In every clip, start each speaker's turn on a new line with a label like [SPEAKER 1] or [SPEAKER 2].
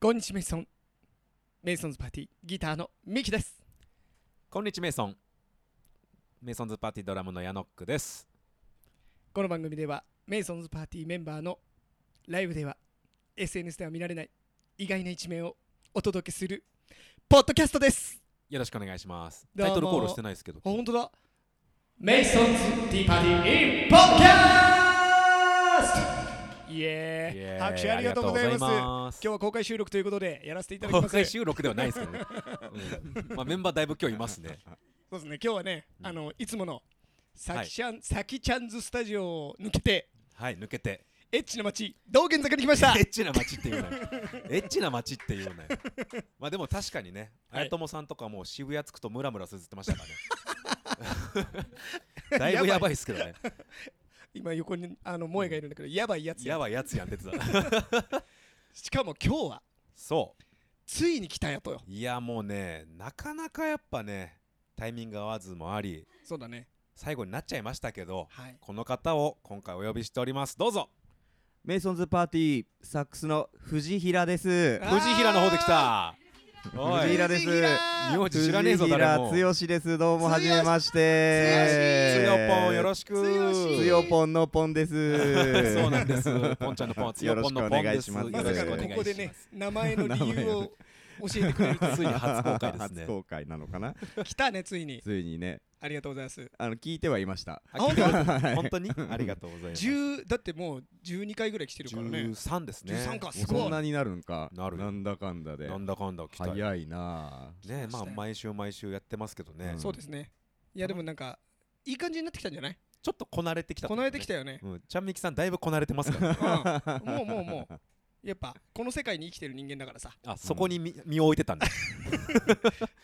[SPEAKER 1] こんにちはメイソンメイソンズパーティーギターのミキです
[SPEAKER 2] こんにちはメイソンメイソンズパーティードラムのヤノックです
[SPEAKER 1] この番組ではメイソンズパーティーメンバーのライブでは SNS では見られない意外な一面をお届けするポッドキャストです
[SPEAKER 2] よろしくお願いします
[SPEAKER 1] どう
[SPEAKER 2] タ
[SPEAKER 1] も
[SPEAKER 2] イトルコールしてないですけど
[SPEAKER 1] あ本当だメイソンズティーパーティーインポッドキャストイエーイ
[SPEAKER 2] イエーイ
[SPEAKER 1] 拍手ありがとうございます
[SPEAKER 2] ありがとうございます
[SPEAKER 1] 今日は公開収録ということでやらせていただき
[SPEAKER 2] 公
[SPEAKER 1] ます
[SPEAKER 2] 開収録ではないですけどね、うんまあメンバーだいぶ今日いま すね
[SPEAKER 1] そうですね今日はね、
[SPEAKER 2] うん
[SPEAKER 1] あのいつものさきちゃん、さきちゃんズスタジオを抜けて
[SPEAKER 2] はい抜けて
[SPEAKER 1] エッチな街道玄坂に来ま
[SPEAKER 2] エ
[SPEAKER 1] した
[SPEAKER 2] ッチな街っていうなよエッチな街っていうなよまあでも確かにね
[SPEAKER 1] はい
[SPEAKER 2] 綾友さんとかもう渋谷着くとムラムラすずってました からねだいぶやばいですけどね
[SPEAKER 1] 今横にあの萌えがいるんだけどやばいやつや
[SPEAKER 2] やばいやつやん出てた
[SPEAKER 1] しかも今日は
[SPEAKER 2] そう
[SPEAKER 1] ついに来たやとよ
[SPEAKER 2] いやもうねなかなかやっぱねタイミング合わずもあり
[SPEAKER 1] そうだね
[SPEAKER 2] 最後になっちゃいましたけど
[SPEAKER 1] はい
[SPEAKER 2] この方を今回お呼びしておりますどうぞ
[SPEAKER 3] メイソンズパーティーサックスの藤平です
[SPEAKER 1] あー
[SPEAKER 2] 藤平の方で来たお
[SPEAKER 3] 藤
[SPEAKER 2] い
[SPEAKER 3] 平です
[SPEAKER 1] 藤
[SPEAKER 2] 日
[SPEAKER 1] 平
[SPEAKER 2] 本人知らねえぞ
[SPEAKER 3] 藤
[SPEAKER 2] 誰
[SPEAKER 3] 平
[SPEAKER 2] も
[SPEAKER 3] 剛ですどうも
[SPEAKER 1] 剛
[SPEAKER 3] はじめまして
[SPEAKER 2] つよぽんよろ
[SPEAKER 3] し
[SPEAKER 2] しく
[SPEAKER 1] つ
[SPEAKER 3] つよぽんのぽんで す
[SPEAKER 2] そうなんですぽんちゃんのぽんつよぽんのぽんです
[SPEAKER 3] よろしくお
[SPEAKER 1] ま
[SPEAKER 3] 願い
[SPEAKER 1] さかのこ
[SPEAKER 2] よろ
[SPEAKER 3] し
[SPEAKER 2] しくお願いします
[SPEAKER 1] こでね名前の理由を教えてくれる
[SPEAKER 2] ついに初公開ですね
[SPEAKER 3] 初公開なのかな
[SPEAKER 1] 来たねついに
[SPEAKER 3] ついにね
[SPEAKER 1] ありがとうございます
[SPEAKER 3] あの聞いてはいました
[SPEAKER 2] あ
[SPEAKER 1] あ本当
[SPEAKER 3] はい
[SPEAKER 2] 本当にありがとうございます
[SPEAKER 1] 10だってもう12回ぐらい来てるからね
[SPEAKER 2] 13ですね
[SPEAKER 1] 13かすごい
[SPEAKER 3] そんなになるんか
[SPEAKER 2] なるよ
[SPEAKER 3] んだかんだで
[SPEAKER 2] なんだかんだ来たね
[SPEAKER 3] 早いな
[SPEAKER 2] まあ毎週毎週やってますけどね
[SPEAKER 3] うん
[SPEAKER 2] ち
[SPEAKER 1] そうですねいやでもなんかいい感じになってきたんじゃない
[SPEAKER 2] ょっとこなれてきた
[SPEAKER 1] こなれてきたよ ね
[SPEAKER 2] うんちゃんみきさんだいぶこなれてま すからね
[SPEAKER 1] うんもうもうもうやっぱこの世界に生きてる人間だからさ
[SPEAKER 2] あそこに身身を置いてたんだ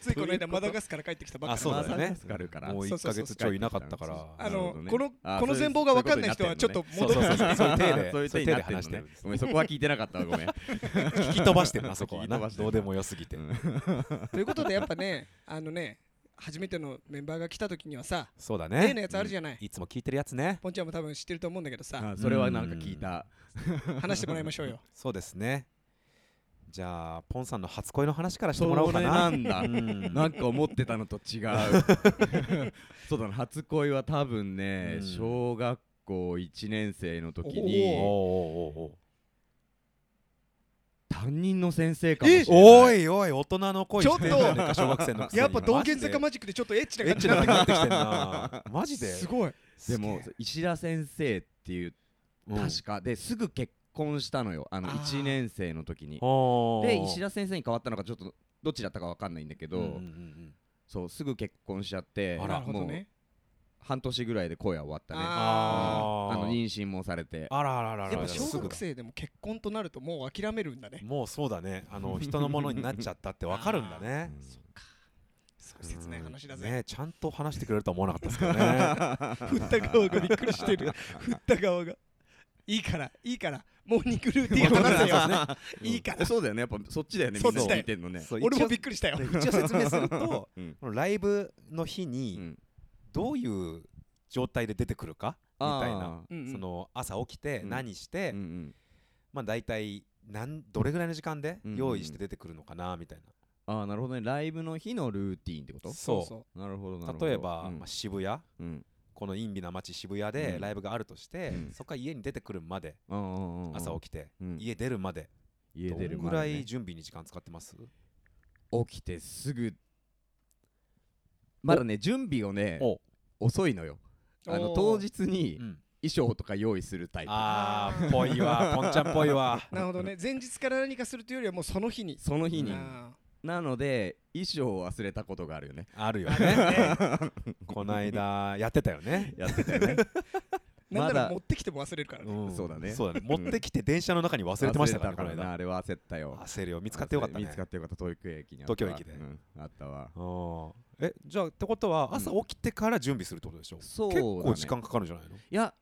[SPEAKER 1] ついこの間マダガスから帰ってきたばっか
[SPEAKER 2] あ
[SPEAKER 1] り
[SPEAKER 2] そうだよ
[SPEAKER 3] マダ
[SPEAKER 2] ね
[SPEAKER 3] ガスカルから
[SPEAKER 2] もう
[SPEAKER 1] そう
[SPEAKER 2] 1
[SPEAKER 1] そう
[SPEAKER 2] ヶ
[SPEAKER 1] そう
[SPEAKER 2] 月ちょいいなかったから
[SPEAKER 1] あ
[SPEAKER 3] なる
[SPEAKER 1] の
[SPEAKER 3] ほどね
[SPEAKER 1] この
[SPEAKER 3] あ
[SPEAKER 1] この
[SPEAKER 3] そういう
[SPEAKER 1] 全貌が分かんない人はちょ
[SPEAKER 3] そ
[SPEAKER 1] っ
[SPEAKER 3] ういうことと
[SPEAKER 2] そう
[SPEAKER 1] 戻
[SPEAKER 2] そう
[SPEAKER 1] っ
[SPEAKER 2] そ
[SPEAKER 1] て
[SPEAKER 2] うそうそういう手で
[SPEAKER 3] そういう
[SPEAKER 2] そういう
[SPEAKER 3] 手に
[SPEAKER 2] 手で
[SPEAKER 3] なってんの
[SPEAKER 2] 話して
[SPEAKER 3] ね
[SPEAKER 2] る。
[SPEAKER 3] ごめん、そこは聞いてなかったわ、ごめん。
[SPEAKER 2] 聞き飛ばしてるなそこはな
[SPEAKER 3] 聞き飛ばしてる
[SPEAKER 2] どうでもよすぎて
[SPEAKER 1] ということでやっぱね あのね初めてのメンバーが来た時にはさ
[SPEAKER 2] そうだ
[SPEAKER 1] 例のや
[SPEAKER 2] ね
[SPEAKER 1] つあるじゃない、
[SPEAKER 2] いつも聞いてるやつね
[SPEAKER 1] ポンちゃんも多分知ってると思うんだけどさ
[SPEAKER 3] あそれはなんか聞いた。
[SPEAKER 1] 話してもらいましょうよ
[SPEAKER 2] そうですねじゃあポンさんの初恋の話からして
[SPEAKER 3] そ
[SPEAKER 2] もらおうか
[SPEAKER 3] れ
[SPEAKER 2] な
[SPEAKER 3] な
[SPEAKER 2] ん
[SPEAKER 3] だ
[SPEAKER 2] う。ん
[SPEAKER 3] なんか思ってたのと違う。 そうだな、初恋は多分ね、
[SPEAKER 2] うん
[SPEAKER 3] 小学校1年生の時
[SPEAKER 2] おう
[SPEAKER 3] に、
[SPEAKER 2] おうおう
[SPEAKER 3] 担任の先生かもしれ
[SPEAKER 2] おうお
[SPEAKER 3] ない。
[SPEAKER 2] いおい大人の恋してんじゃねえか
[SPEAKER 3] ちょ
[SPEAKER 2] 小
[SPEAKER 3] っと
[SPEAKER 2] 学生のくせに
[SPEAKER 1] やっぱ道玄坂
[SPEAKER 2] マ
[SPEAKER 1] マジックでちょっとエッチ
[SPEAKER 2] ジ
[SPEAKER 1] な
[SPEAKER 2] でエッ
[SPEAKER 1] 感
[SPEAKER 2] チ
[SPEAKER 1] じに
[SPEAKER 2] な
[SPEAKER 1] なっ
[SPEAKER 2] 感
[SPEAKER 1] て
[SPEAKER 2] じになってきてんなマジ
[SPEAKER 1] くる
[SPEAKER 2] で
[SPEAKER 1] すごい
[SPEAKER 3] でも、石田先生っていう、
[SPEAKER 2] うん
[SPEAKER 3] 確か、ですぐ結婚したのよ、あの
[SPEAKER 1] あー
[SPEAKER 3] 1年生の時に。
[SPEAKER 2] おう
[SPEAKER 3] で、石田先生に変わったのか、ちょっとどっちだったかわかんないんだけ
[SPEAKER 2] うんうんう
[SPEAKER 3] ど、
[SPEAKER 2] ん
[SPEAKER 3] そう、すぐ結婚しちゃって、
[SPEAKER 2] あ
[SPEAKER 1] な
[SPEAKER 2] ら
[SPEAKER 1] るほど
[SPEAKER 3] もう
[SPEAKER 1] ね
[SPEAKER 3] 半年ぐらいで恋は終わったねあ
[SPEAKER 2] あー
[SPEAKER 3] の妊娠もされて
[SPEAKER 2] あらあらあらあら
[SPEAKER 1] やっぱ
[SPEAKER 2] すぐ
[SPEAKER 1] 小学生でも結婚となるともう諦めるんだね
[SPEAKER 2] もうそうだ ねあの人のものになっちゃったってわかるんだね
[SPEAKER 3] うん
[SPEAKER 1] すごい切ない話だ
[SPEAKER 2] うん
[SPEAKER 1] ぜ
[SPEAKER 2] ねちゃんと話してくれるとは思わなかったですけどね
[SPEAKER 1] 振った側がびっくりしてる振った側がいいからいいからモーニングルーテ ィンを話せよいいから
[SPEAKER 3] そうだよねやっぱそっちだよね
[SPEAKER 1] そ
[SPEAKER 3] み
[SPEAKER 1] っ
[SPEAKER 3] ん
[SPEAKER 1] ち
[SPEAKER 3] な
[SPEAKER 1] だよ
[SPEAKER 3] 聞いてんのね
[SPEAKER 2] そう
[SPEAKER 1] 俺も
[SPEAKER 2] 一応
[SPEAKER 1] びっくりしたよ
[SPEAKER 2] で一応説明する と
[SPEAKER 3] うん
[SPEAKER 2] ライブの日
[SPEAKER 3] う
[SPEAKER 2] に
[SPEAKER 3] ん
[SPEAKER 2] どういう状態で出てくるかみたいな
[SPEAKER 3] あ
[SPEAKER 1] うんうん
[SPEAKER 2] その朝起きて
[SPEAKER 3] うん
[SPEAKER 2] 何し
[SPEAKER 3] ー
[SPEAKER 2] て
[SPEAKER 3] うんうん
[SPEAKER 2] まあ大体なんどれぐらいの時間で
[SPEAKER 3] うんうん
[SPEAKER 2] 用意して出てくるのかなみたい
[SPEAKER 3] あーなるほどねライブの日のルーティーンってこと
[SPEAKER 2] なそう
[SPEAKER 3] なるほどなるほ
[SPEAKER 2] う
[SPEAKER 3] ど
[SPEAKER 2] 例えば
[SPEAKER 3] うん
[SPEAKER 2] まあ渋谷
[SPEAKER 3] うん
[SPEAKER 2] この陰微な街渋谷で
[SPEAKER 3] うん
[SPEAKER 2] ライブがあるとして
[SPEAKER 3] うん
[SPEAKER 2] そこから家に出てくるまで
[SPEAKER 3] うんうんうん
[SPEAKER 2] 朝起きて
[SPEAKER 3] うん
[SPEAKER 2] 家出るまで
[SPEAKER 3] 家
[SPEAKER 2] ど
[SPEAKER 3] 出る
[SPEAKER 2] んぐ
[SPEAKER 3] 前
[SPEAKER 2] ら
[SPEAKER 3] ね
[SPEAKER 2] い準備に時間使ってます
[SPEAKER 3] 起きてすぐまだね準備をね
[SPEAKER 2] お
[SPEAKER 3] 遅いのよあの当日に
[SPEAKER 2] うん
[SPEAKER 3] 衣装とか用意するタイプ
[SPEAKER 2] あーぽいわぽんちゃんぽいわ
[SPEAKER 1] なるほど ね前日から何かするというよりはもうその日に
[SPEAKER 3] その日に
[SPEAKER 1] あ
[SPEAKER 3] なので衣装を忘れたことがあるよね
[SPEAKER 2] あるよ
[SPEAKER 1] ーなる
[SPEAKER 2] ね
[SPEAKER 1] ほどね
[SPEAKER 2] こないだやってたよね
[SPEAKER 3] やってたよ
[SPEAKER 1] なん
[SPEAKER 3] ね
[SPEAKER 1] な
[SPEAKER 3] ま
[SPEAKER 1] ら
[SPEAKER 3] だ
[SPEAKER 1] 持ってきても忘れるからね。
[SPEAKER 2] ん
[SPEAKER 3] そうだね
[SPEAKER 2] そうだね持ってきて電車の中に忘れてましたからね
[SPEAKER 3] 忘
[SPEAKER 2] この
[SPEAKER 3] れたからな
[SPEAKER 2] 間
[SPEAKER 3] あれは焦ったよ
[SPEAKER 2] 焦るよ見つかってよかったね
[SPEAKER 3] 見つかってよかった東京駅にあった
[SPEAKER 2] 東京駅で
[SPEAKER 3] うんあったわ
[SPEAKER 2] うんえじゃあってことは朝起きてから準備するってことでしょ
[SPEAKER 3] そうだ
[SPEAKER 2] 結
[SPEAKER 3] ね
[SPEAKER 2] 構時間かかるんじゃないの
[SPEAKER 3] いや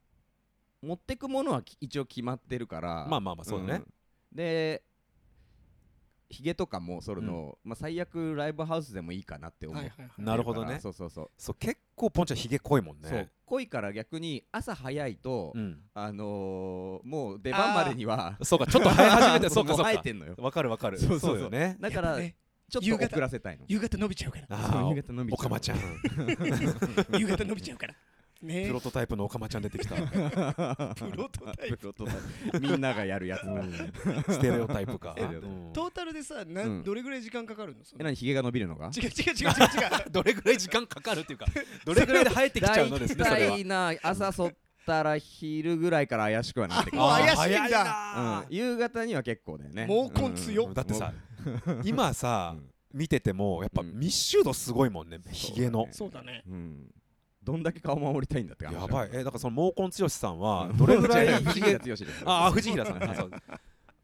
[SPEAKER 3] 持ってくものはき一応決まってるから
[SPEAKER 2] まあまあまあそうだね
[SPEAKER 3] んでひげとかもその、まあ、最悪ライブハウスでもいいかなって思う、
[SPEAKER 1] はいはいはい
[SPEAKER 2] なるほどね
[SPEAKER 3] そうそうそう、
[SPEAKER 2] そう結構ポンちゃんひげ濃いもんね
[SPEAKER 3] そう濃いから逆に朝早いと、
[SPEAKER 2] うん、
[SPEAKER 3] あのーもう出番までには
[SPEAKER 2] そうかちょっと生え始めて
[SPEAKER 3] も
[SPEAKER 2] そうか
[SPEAKER 3] も
[SPEAKER 2] そう
[SPEAKER 3] 生え
[SPEAKER 2] か
[SPEAKER 3] てんのよ
[SPEAKER 2] わかるわかる
[SPEAKER 3] そうそうそう
[SPEAKER 2] よね
[SPEAKER 3] だか
[SPEAKER 1] やっ
[SPEAKER 3] ら
[SPEAKER 1] ぱね
[SPEAKER 3] ちょ
[SPEAKER 1] 夕
[SPEAKER 3] っ
[SPEAKER 1] 方
[SPEAKER 3] と遅らせたいの
[SPEAKER 1] 夕方伸びちゃう から
[SPEAKER 2] あ
[SPEAKER 3] そう
[SPEAKER 2] ー
[SPEAKER 3] 方伸
[SPEAKER 2] おかま
[SPEAKER 3] ゃ
[SPEAKER 2] ちゃん
[SPEAKER 1] 夕方伸びちゃうからね
[SPEAKER 2] プロトタイプのおかまちゃん出てき た、
[SPEAKER 3] う
[SPEAKER 1] プロトタイプ
[SPEAKER 3] プロトタイプみんながやるやつ
[SPEAKER 2] う
[SPEAKER 3] だ
[SPEAKER 2] んステレオタイプか、
[SPEAKER 3] ステレオタイプ
[SPEAKER 2] うん
[SPEAKER 1] トータルでさな
[SPEAKER 3] うん
[SPEAKER 1] どれぐらい時間かかるのそ
[SPEAKER 3] え
[SPEAKER 1] の
[SPEAKER 3] 何ひげが伸びるのか
[SPEAKER 1] 違う違う違う違う違 う
[SPEAKER 2] どれぐらい時間かかるっていうかどれぐらいで生えてきちゃうのですねそれは
[SPEAKER 3] 大体な朝剃ったら昼ぐらいから怪しくはなってくる
[SPEAKER 1] もう怪しいんだ
[SPEAKER 2] あー早
[SPEAKER 3] うん
[SPEAKER 2] な、
[SPEAKER 3] 夕方には結構だよね
[SPEAKER 1] 毛根強っ
[SPEAKER 2] だってさ今さ、見ててもやっぱ密集度すごいもんね、ひげの、
[SPEAKER 1] そうだね
[SPEAKER 3] うんうんどんだけ顔守りたいんだって話
[SPEAKER 2] やばいえだからその毛根剛さんは
[SPEAKER 3] うん
[SPEAKER 2] どれぐら いひ
[SPEAKER 3] ひげ
[SPEAKER 2] げ
[SPEAKER 3] が強しです
[SPEAKER 2] ああ藤平 さんあそう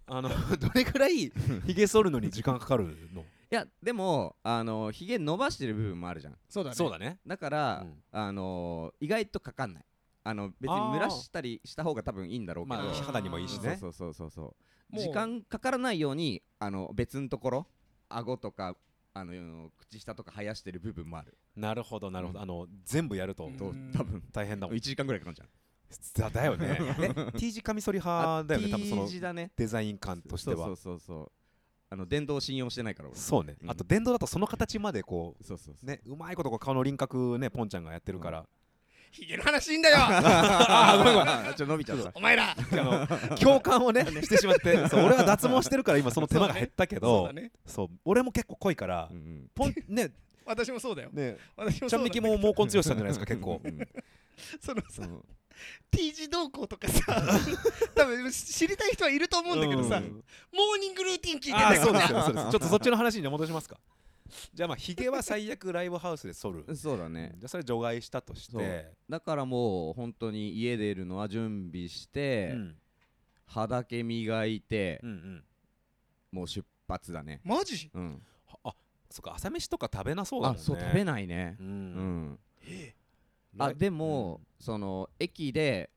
[SPEAKER 2] あの どれぐらいひげ剃るのに時間かかるの
[SPEAKER 3] いやでもあのひげ伸ばしてる部分もあるじゃん
[SPEAKER 1] そうだね
[SPEAKER 2] そうだね
[SPEAKER 3] だから、
[SPEAKER 2] うん
[SPEAKER 3] あのー意外とかかんないあの別に
[SPEAKER 2] あー
[SPEAKER 3] 蒸らしたりした方が多分いいんだろうけど、
[SPEAKER 2] まあ肌にもいいしね
[SPEAKER 3] そうそうそうそうそう
[SPEAKER 1] もう
[SPEAKER 3] 時間かからないようにあの別のところ顎とかあの口下とか生やしてる部分もある
[SPEAKER 2] なるほどなるほどあの全部やると
[SPEAKER 1] うん
[SPEAKER 3] と多分
[SPEAKER 2] 大変だもん
[SPEAKER 3] 1時間ぐらいかかるじゃん
[SPEAKER 2] だだよね え T 字カミソリ派だよね多分そ
[SPEAKER 3] T
[SPEAKER 2] の
[SPEAKER 3] 字だね
[SPEAKER 2] デザイン感として
[SPEAKER 3] そ
[SPEAKER 2] は
[SPEAKER 3] うそうそうそうあの電動を信用してないから俺
[SPEAKER 2] そうね
[SPEAKER 3] うん
[SPEAKER 2] あと電動だとその形までこ
[SPEAKER 3] そうそうそ
[SPEAKER 2] う
[SPEAKER 3] う
[SPEAKER 2] ねうまいことこう顔の輪郭ねポンちゃんがやってるから
[SPEAKER 1] ヒゲの話いいんだよ
[SPEAKER 3] あーごめんごめんちょっと伸びちゃった
[SPEAKER 1] お前ら
[SPEAKER 2] あの共感をねしてしまってそう俺は脱毛してるから今その手間が減ったけ
[SPEAKER 1] そう
[SPEAKER 2] ど
[SPEAKER 1] だね
[SPEAKER 2] そう俺も結構濃いから
[SPEAKER 3] うんうん
[SPEAKER 2] ポンね
[SPEAKER 1] 私もそうだよ
[SPEAKER 2] ね
[SPEAKER 1] 私も
[SPEAKER 2] ちゃ
[SPEAKER 1] そ
[SPEAKER 2] ん
[SPEAKER 1] う
[SPEAKER 2] み
[SPEAKER 1] だ
[SPEAKER 2] き
[SPEAKER 1] よ
[SPEAKER 2] も毛根強したんじゃないですか結構
[SPEAKER 3] うん
[SPEAKER 1] そのさ
[SPEAKER 3] うん
[SPEAKER 1] T 字動向とかさ多分知りたい人はいると思うんだけどさモ
[SPEAKER 2] うん
[SPEAKER 1] ーニングルーティン聞いて
[SPEAKER 2] あ
[SPEAKER 1] ない
[SPEAKER 2] ーそうですよそうですちょっとそっちの話に戻しますかじゃあまあヒゲは最悪ライブハウスで剃る
[SPEAKER 3] うんそうだね
[SPEAKER 2] じゃあそれ除外したとし
[SPEAKER 3] そう
[SPEAKER 2] て
[SPEAKER 3] だからもう本当に家出るのは準備し
[SPEAKER 2] う
[SPEAKER 3] て、
[SPEAKER 2] ん
[SPEAKER 3] 歯だけ磨いて、
[SPEAKER 2] うんうん
[SPEAKER 3] もう出発だね
[SPEAKER 1] マジ
[SPEAKER 3] うん
[SPEAKER 2] あそっか朝飯とか食べなそうだも
[SPEAKER 3] あ
[SPEAKER 2] んね
[SPEAKER 3] そう食べないね
[SPEAKER 2] う
[SPEAKER 3] うん、
[SPEAKER 2] ん
[SPEAKER 3] あでも、その駅で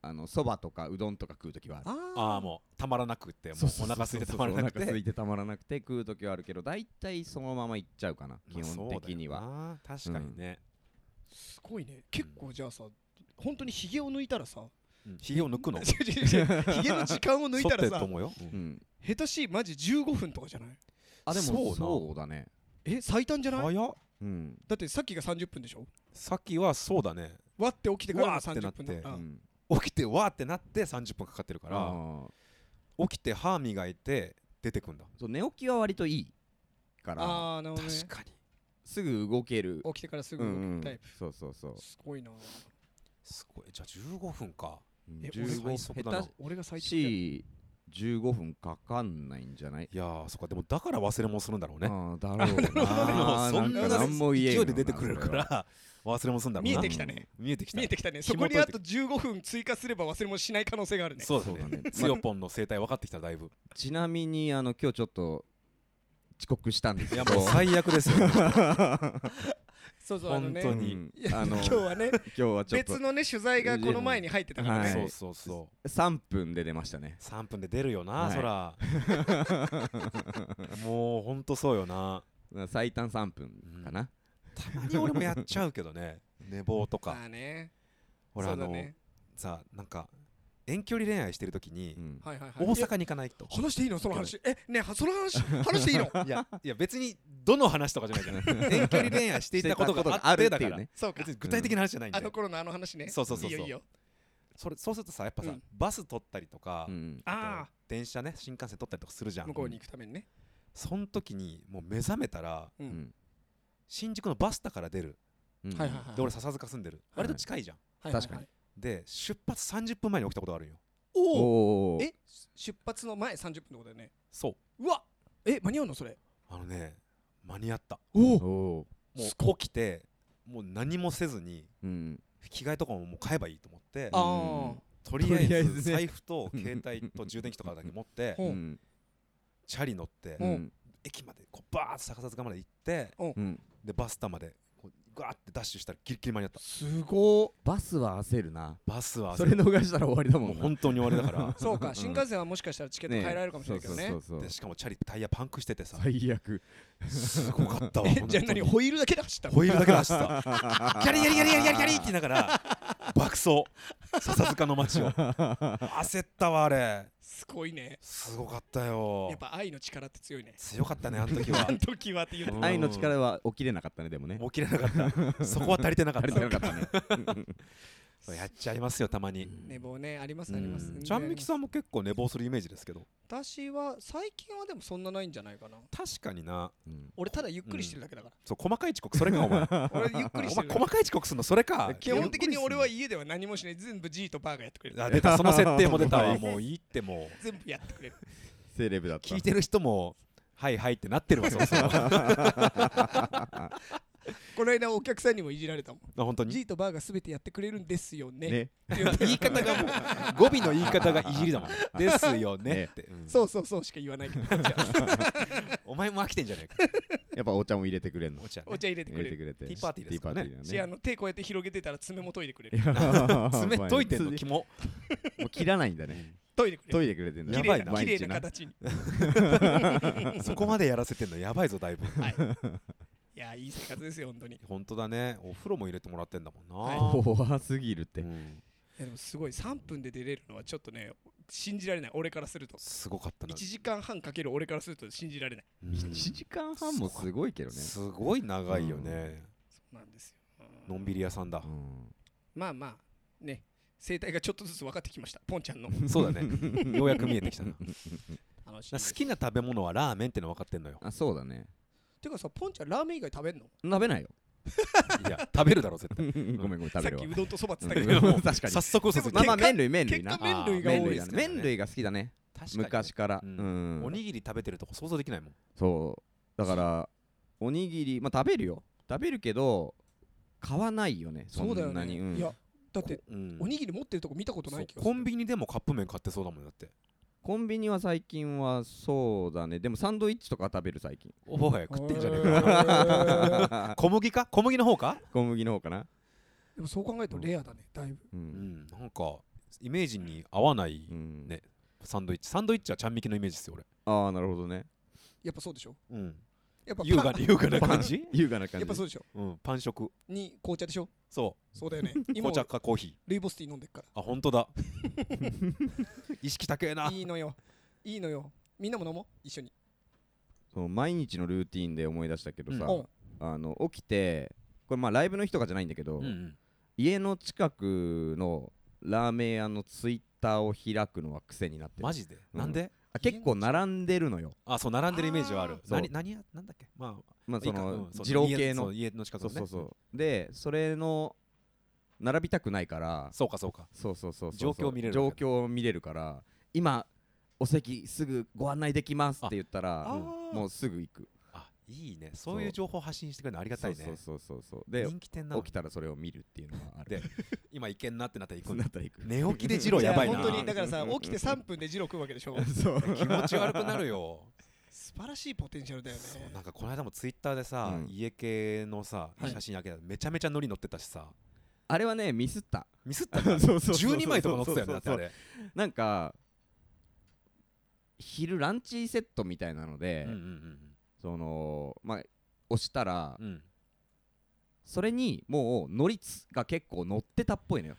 [SPEAKER 3] あのそばとかうどんとか食う時はある
[SPEAKER 2] あ
[SPEAKER 1] あ
[SPEAKER 2] あもうたまらなくっても
[SPEAKER 3] そう
[SPEAKER 2] う
[SPEAKER 3] そう
[SPEAKER 2] お
[SPEAKER 3] そう
[SPEAKER 2] 腹空いてたまらなく
[SPEAKER 3] そうお腹空
[SPEAKER 2] て
[SPEAKER 3] いてたまらなくて食う時はあるけど大体そのまま行っちゃうかな基本的には、
[SPEAKER 2] は確かにね
[SPEAKER 1] すごいね結構じゃあさ本当にヒゲを抜いたらさ
[SPEAKER 2] うんヒゲを抜 くの
[SPEAKER 1] 違う違う違うヒゲの時間を抜い たら
[SPEAKER 2] 剃ってると
[SPEAKER 1] さ
[SPEAKER 2] 思うようん
[SPEAKER 3] うん、
[SPEAKER 1] 下手しいマジ15分とかじゃない
[SPEAKER 3] あでも
[SPEAKER 2] そう
[SPEAKER 3] そう
[SPEAKER 2] な
[SPEAKER 3] だね
[SPEAKER 1] え最短じゃない
[SPEAKER 2] 早っ
[SPEAKER 3] うん、
[SPEAKER 1] だってさっきが30分でしょ
[SPEAKER 2] さっきはそうだね
[SPEAKER 1] 割って起きてから
[SPEAKER 2] う
[SPEAKER 1] が
[SPEAKER 2] わーってな
[SPEAKER 1] 30
[SPEAKER 2] って
[SPEAKER 1] 分だから
[SPEAKER 3] うん、
[SPEAKER 2] 起きてわーってなって30分かかってるか
[SPEAKER 3] から
[SPEAKER 2] 起きて歯磨いて出てくんだ
[SPEAKER 3] そう寝起きは割といいから
[SPEAKER 1] ああーなるほどね
[SPEAKER 2] 確かに
[SPEAKER 3] すぐ動ける
[SPEAKER 1] 起きてからすぐ動くタイプ
[SPEAKER 3] そうそうそう
[SPEAKER 1] すごいな
[SPEAKER 2] すごいじゃあ15分か
[SPEAKER 1] え
[SPEAKER 3] 15
[SPEAKER 2] 俺
[SPEAKER 3] 下
[SPEAKER 2] 最速だな
[SPEAKER 3] 手
[SPEAKER 1] 俺が最長だよ
[SPEAKER 3] し15分かかんないんじゃない
[SPEAKER 2] いやーそっかでもだから忘れ物するんだろうね
[SPEAKER 3] ああだ ろう
[SPEAKER 2] あー
[SPEAKER 3] ななん
[SPEAKER 2] でも
[SPEAKER 3] か何も言えん
[SPEAKER 2] 勢
[SPEAKER 3] よ
[SPEAKER 2] いで出てくるか
[SPEAKER 3] それは
[SPEAKER 2] ら忘れ物するんだろう
[SPEAKER 1] 見え
[SPEAKER 2] な
[SPEAKER 1] てきたね
[SPEAKER 2] 見えてきた
[SPEAKER 1] 見えてきたねそ
[SPEAKER 2] 紐
[SPEAKER 1] こ
[SPEAKER 2] 解いて
[SPEAKER 1] にあと15分追加すれば忘れ物しない可能性があるね
[SPEAKER 2] そうだ
[SPEAKER 3] そうだ
[SPEAKER 2] ね
[SPEAKER 3] ね
[SPEAKER 2] つよぽんの生態分かってきただ いぶ
[SPEAKER 3] ちなみにあの今日ちょっと遅刻したんで
[SPEAKER 2] い
[SPEAKER 3] すけ
[SPEAKER 2] や
[SPEAKER 3] ど
[SPEAKER 2] もう最悪ですよ
[SPEAKER 1] そうそうあのね
[SPEAKER 2] 本当
[SPEAKER 3] う
[SPEAKER 2] に
[SPEAKER 3] ん
[SPEAKER 1] いや
[SPEAKER 3] あの
[SPEAKER 1] 今
[SPEAKER 3] 今
[SPEAKER 1] 日はね
[SPEAKER 3] 日はちょっ
[SPEAKER 1] 別
[SPEAKER 3] と
[SPEAKER 1] のね取材がこの前に入ってたから
[SPEAKER 3] は
[SPEAKER 1] ね
[SPEAKER 3] い
[SPEAKER 2] そうそうそ
[SPEAKER 3] 3分で出ましたね
[SPEAKER 2] う3分で出るよな
[SPEAKER 3] はい
[SPEAKER 2] そ らもうほんとそうよな
[SPEAKER 3] 最短3分かな
[SPEAKER 2] たまに俺もやっちゃうけどね寝坊とか
[SPEAKER 1] まあね
[SPEAKER 2] 俺あ
[SPEAKER 1] そうだ
[SPEAKER 2] の
[SPEAKER 1] ね
[SPEAKER 2] さなんか遠距離恋愛してる時に
[SPEAKER 3] うん
[SPEAKER 1] はいはいはい
[SPEAKER 2] 大阪に行かないと
[SPEAKER 1] 話していいのその話えねはその 話話していいの
[SPEAKER 2] いやいや別にどの話とかじゃないじゃん 遠距離恋愛していたことがあってだから
[SPEAKER 1] そうか
[SPEAKER 2] 別に具体的な話じゃないん
[SPEAKER 1] あ
[SPEAKER 2] で
[SPEAKER 1] の頃のあの話ね
[SPEAKER 2] そうそうそうそ
[SPEAKER 1] いい
[SPEAKER 2] う
[SPEAKER 1] よいいよ
[SPEAKER 2] それそうするとさやっぱさ、
[SPEAKER 1] うん
[SPEAKER 2] バス取ったりとか、
[SPEAKER 3] うん
[SPEAKER 1] あ
[SPEAKER 2] 電車ね新幹線取ったりとかするじゃ
[SPEAKER 1] あ
[SPEAKER 2] ん
[SPEAKER 1] 向こうに行くためにね
[SPEAKER 2] その時にもう目覚めたら
[SPEAKER 1] う
[SPEAKER 3] うんん
[SPEAKER 2] 新宿のバスタから出る
[SPEAKER 3] うん
[SPEAKER 1] はいはいはい
[SPEAKER 2] で俺笹塚住んでる、
[SPEAKER 3] はい
[SPEAKER 2] 割と近いじゃん
[SPEAKER 1] はいはいはい
[SPEAKER 3] 確かに
[SPEAKER 2] で出発30分前に起きたことがあるんよ
[SPEAKER 1] おお
[SPEAKER 3] おお
[SPEAKER 1] え出発の前30分ってことだよね
[SPEAKER 2] そう
[SPEAKER 1] うわえ間に合うのそれ
[SPEAKER 2] あのね間に合った
[SPEAKER 1] お
[SPEAKER 3] おお
[SPEAKER 2] も
[SPEAKER 1] すご
[SPEAKER 2] う起きてもう何もせずに
[SPEAKER 3] うん
[SPEAKER 2] 着替えとかももう買えばいいと思って
[SPEAKER 1] あ
[SPEAKER 3] うん
[SPEAKER 1] あ
[SPEAKER 2] とりあえ
[SPEAKER 3] とりあえ
[SPEAKER 2] ず
[SPEAKER 3] ずね
[SPEAKER 2] 財布と携帯と充電器とかだけ持って
[SPEAKER 1] うん
[SPEAKER 3] うん
[SPEAKER 2] チャリ乗って
[SPEAKER 1] うん
[SPEAKER 2] 駅までこうバーッと逆さ塚まで行って
[SPEAKER 3] うん
[SPEAKER 2] でバスタまでこうガーってダッシュしたらギリギリ間に合った
[SPEAKER 1] すごー
[SPEAKER 3] バスは焦るな
[SPEAKER 2] バスは
[SPEAKER 3] それ逃したら終わりだも
[SPEAKER 2] もうん
[SPEAKER 3] な
[SPEAKER 2] 本当に終わりだから
[SPEAKER 1] そうか新幹線はもしかしたらチケット変えられるかもしれないけどね
[SPEAKER 3] そうそうそう
[SPEAKER 2] でしかもチャリタイヤパンクしててさ
[SPEAKER 3] 最悪
[SPEAKER 2] すごかった わ
[SPEAKER 1] え
[SPEAKER 2] 本
[SPEAKER 1] じ
[SPEAKER 2] 当
[SPEAKER 1] ゃあ何
[SPEAKER 2] に
[SPEAKER 1] ホイールだけで走ったの
[SPEAKER 2] ホイールだけで走ったギャリギャリギャリギャリギャリギャリって言いながら爆走笹塚の街を焦ったわあれ
[SPEAKER 1] すごいね
[SPEAKER 2] すごかったよ
[SPEAKER 1] やっぱ愛の力って強いね
[SPEAKER 2] 強かったねあの時
[SPEAKER 1] あ
[SPEAKER 2] は
[SPEAKER 1] の時はって言う
[SPEAKER 2] う
[SPEAKER 1] と
[SPEAKER 2] ん
[SPEAKER 3] 愛の力は起きれなかったねでもね
[SPEAKER 2] 起きれなかったそこは足りてなかっ
[SPEAKER 3] 足りてなかったね
[SPEAKER 2] たやっちゃいますよたまに
[SPEAKER 1] 寝坊ねありますあります
[SPEAKER 3] うん
[SPEAKER 2] ちゃんみきさんも結構寝坊するイメージですけど
[SPEAKER 1] 私は最近はでもそんなないんじゃないかな
[SPEAKER 2] 確かにな
[SPEAKER 3] うん
[SPEAKER 1] 俺ただゆっくりしてるだけだか
[SPEAKER 2] そう細かい遅刻それかお前お
[SPEAKER 1] ら俺ゆっくり
[SPEAKER 2] 前
[SPEAKER 1] してるだけ
[SPEAKER 2] 細かい遅刻すんのそれか
[SPEAKER 1] 基本的に俺は家では何もしない全部 G とバーがやってくれる
[SPEAKER 2] あ出たその設定も出たわもういいっても
[SPEAKER 1] 全部やってくれる
[SPEAKER 3] セレブだっ
[SPEAKER 2] う
[SPEAKER 3] た
[SPEAKER 2] 聞いてる人もはいはいってなってるわそろそろあ
[SPEAKER 1] この間お客さんにもいじられたもん
[SPEAKER 2] 本当に
[SPEAKER 1] G とバーが全てやってくれるんですよね
[SPEAKER 3] ね
[SPEAKER 1] って言
[SPEAKER 2] 言い方がもう語尾の言い方がいじりだもんねですよ ねって、うん
[SPEAKER 1] そうそうそうしか言わないけど
[SPEAKER 2] お前も飽きてんじゃないか
[SPEAKER 3] やっぱお茶も入れてくれるの
[SPEAKER 2] お茶ね
[SPEAKER 1] お茶入れてく
[SPEAKER 3] 入
[SPEAKER 1] れ
[SPEAKER 3] れて
[SPEAKER 1] る
[SPEAKER 3] くれ
[SPEAKER 2] テ
[SPEAKER 3] て
[SPEAKER 2] ィーパーティーですからね
[SPEAKER 3] ティーパーティー
[SPEAKER 1] しあ
[SPEAKER 3] だね
[SPEAKER 1] の手こうやって広げてたら爪も研いでくれ
[SPEAKER 3] い
[SPEAKER 1] る
[SPEAKER 3] や
[SPEAKER 2] 爪研いでん
[SPEAKER 3] ま
[SPEAKER 2] の
[SPEAKER 3] あ普通
[SPEAKER 2] 肝
[SPEAKER 3] にもう 切らないんだね
[SPEAKER 1] 研いでくれ
[SPEAKER 3] 研
[SPEAKER 1] る
[SPEAKER 3] いでくれてんだ
[SPEAKER 1] 綺
[SPEAKER 2] やば
[SPEAKER 1] 麗
[SPEAKER 2] い
[SPEAKER 1] な
[SPEAKER 2] な
[SPEAKER 1] 綺麗
[SPEAKER 3] 毎日
[SPEAKER 1] な形に
[SPEAKER 2] そこまでやらせてんのやばいぞだいぶ
[SPEAKER 1] はいいやいい生活ですよ本当にい
[SPEAKER 2] 本当だねお風呂も入れてもらってんだもんな、
[SPEAKER 1] は
[SPEAKER 3] 怖すぎるっ
[SPEAKER 2] う
[SPEAKER 3] て
[SPEAKER 2] ん
[SPEAKER 1] やでもすごい3分で出れるのはちょっとね信じられない俺からすると
[SPEAKER 2] すごかった
[SPEAKER 1] 1
[SPEAKER 2] な、
[SPEAKER 1] 時間半かける俺からすると信じられない
[SPEAKER 2] うん
[SPEAKER 3] 1時間半もすごいけどね
[SPEAKER 2] すごい長いよね、
[SPEAKER 1] そうなんですようん
[SPEAKER 2] のんびり屋さんだ
[SPEAKER 3] う、ん
[SPEAKER 1] まあまあね生態がちょっとずつ分かってきましたポンちゃんの
[SPEAKER 2] そう だねようやく見えて きたな
[SPEAKER 1] 楽しい
[SPEAKER 2] 好
[SPEAKER 1] です
[SPEAKER 2] きな食べ物はラーメンっての分かってんのよ
[SPEAKER 3] あそうだね
[SPEAKER 1] てかさポンちゃんラーメン以外食べんの
[SPEAKER 3] 食べないよ
[SPEAKER 2] いや 食べるだろ絶
[SPEAKER 3] ご
[SPEAKER 2] 対
[SPEAKER 3] めんごめん食
[SPEAKER 1] さ
[SPEAKER 3] べ
[SPEAKER 1] っ
[SPEAKER 3] る
[SPEAKER 1] き
[SPEAKER 3] わ
[SPEAKER 1] うどんとそばっつったけ
[SPEAKER 3] うん
[SPEAKER 1] ど
[SPEAKER 3] もう 確かに
[SPEAKER 2] 早速早速
[SPEAKER 3] まあまあ
[SPEAKER 1] 結果
[SPEAKER 3] 麺類麺類
[SPEAKER 1] 結
[SPEAKER 3] な
[SPEAKER 1] 果麺類が
[SPEAKER 2] あー
[SPEAKER 1] 多い
[SPEAKER 3] 麺類
[SPEAKER 1] で
[SPEAKER 3] だ
[SPEAKER 1] す
[SPEAKER 3] ね
[SPEAKER 1] ね
[SPEAKER 3] 麺類が好きだね昔からう
[SPEAKER 2] うん
[SPEAKER 3] ん
[SPEAKER 2] おにぎり食べてるとこ想像できないもん
[SPEAKER 3] そうだからおにぎりまあ食べるよ食べるけど買わないよねそ
[SPEAKER 1] そうだよ
[SPEAKER 3] んな
[SPEAKER 1] ね
[SPEAKER 3] にうん
[SPEAKER 1] いやだって
[SPEAKER 2] うん
[SPEAKER 1] おにぎり持ってるとこ見たことない気
[SPEAKER 2] そ
[SPEAKER 1] が
[SPEAKER 2] う
[SPEAKER 1] す
[SPEAKER 2] コ
[SPEAKER 1] る
[SPEAKER 2] ンビニでもカップ麺買ってそうだもんだって
[SPEAKER 3] コンビニは最近はそうだねでもサンドイッチとか食べる最近
[SPEAKER 2] おい食ってんじゃねえか
[SPEAKER 1] か
[SPEAKER 2] 小麦か小麦の方か
[SPEAKER 3] 小麦の方かな
[SPEAKER 1] でもそう考えるとレアだねだいぶ
[SPEAKER 3] う
[SPEAKER 2] うんんなんかイメージに合わない
[SPEAKER 3] うん
[SPEAKER 2] ねサンドイッチサンドイッチはちゃんみきのイメージですよ
[SPEAKER 3] ああなるほどね
[SPEAKER 1] やっぱそうでしょ
[SPEAKER 2] 俺うん
[SPEAKER 1] やっぱパン
[SPEAKER 2] 優雅な優雅な感じ
[SPEAKER 3] 優雅な感
[SPEAKER 1] や
[SPEAKER 3] じ
[SPEAKER 1] っぱそうでしょ
[SPEAKER 2] うんパン食
[SPEAKER 1] に紅茶でしょ
[SPEAKER 2] そ
[SPEAKER 1] そうだよね
[SPEAKER 2] う
[SPEAKER 1] 今
[SPEAKER 2] 紅茶かコーヒ
[SPEAKER 1] ルイボスティー飲んでっか
[SPEAKER 2] ーあ本当だ 意識高え
[SPEAKER 1] ら
[SPEAKER 2] ない
[SPEAKER 1] いのよいいのよみんなも飲もう一緒に
[SPEAKER 3] そう毎日のルーティンで思い出したけどさ、
[SPEAKER 2] あ
[SPEAKER 1] うん
[SPEAKER 3] あの起きてこれまあライブの日とかじゃないんだけど、
[SPEAKER 2] うんうん
[SPEAKER 3] 家の近くのラーメン屋のツイッターを開くのは癖になってる
[SPEAKER 2] マジで
[SPEAKER 3] うん
[SPEAKER 2] なんで
[SPEAKER 3] あ結構並んでるのよ、
[SPEAKER 2] あそう並んでるイメージはあ
[SPEAKER 1] あ
[SPEAKER 2] る
[SPEAKER 3] ー
[SPEAKER 2] 何
[SPEAKER 3] そう
[SPEAKER 2] 何やなんだっけまあ
[SPEAKER 3] まあ、
[SPEAKER 2] い
[SPEAKER 3] そ
[SPEAKER 2] いか
[SPEAKER 3] の
[SPEAKER 2] うんそう
[SPEAKER 3] 二郎系
[SPEAKER 2] 家
[SPEAKER 3] の
[SPEAKER 2] そう家の近く
[SPEAKER 3] そ
[SPEAKER 2] の
[SPEAKER 3] う
[SPEAKER 2] ね
[SPEAKER 3] そうそうでそれの並びたくないから
[SPEAKER 2] そうかそうか
[SPEAKER 3] そうそうそうそう
[SPEAKER 2] 状況見れる
[SPEAKER 3] 状況を見れるから今お席すぐご案内できますって言ったら
[SPEAKER 2] あ
[SPEAKER 3] うん
[SPEAKER 2] あー
[SPEAKER 3] もうすぐ行く
[SPEAKER 2] あいいねそういう情報発信してくれるのありがたいね
[SPEAKER 3] そうそうそうそうそうで
[SPEAKER 2] 人気店なの
[SPEAKER 3] 起きたらそれを見るっていうのがある
[SPEAKER 2] で今いけんなってなったら行くん
[SPEAKER 3] な
[SPEAKER 2] だ
[SPEAKER 3] ったら行く
[SPEAKER 2] 寝起きでジローやばい
[SPEAKER 1] や
[SPEAKER 2] な
[SPEAKER 1] 本当にだからさ起きて3分でジロー食うわけでしょ
[SPEAKER 3] そう
[SPEAKER 2] 気持ち悪くなる よ
[SPEAKER 1] 素晴らしいポテンシャルだよね
[SPEAKER 2] そうなんかこの間もツイッターでさ、
[SPEAKER 3] うん
[SPEAKER 2] 家系のさ
[SPEAKER 1] はい
[SPEAKER 2] 写真あげたらめちゃめちゃノリ乗ってたしさ
[SPEAKER 3] あれはねミスった
[SPEAKER 2] ミスった
[SPEAKER 3] そう そうそうそう
[SPEAKER 2] 12枚とか乗ってたよねだってあれ
[SPEAKER 3] なんか昼ランチセットみたいなので、
[SPEAKER 2] うんうん
[SPEAKER 3] そのまあ押したら、
[SPEAKER 2] うんうん
[SPEAKER 3] それにもうのりつが結構乗ってたっぽいのよ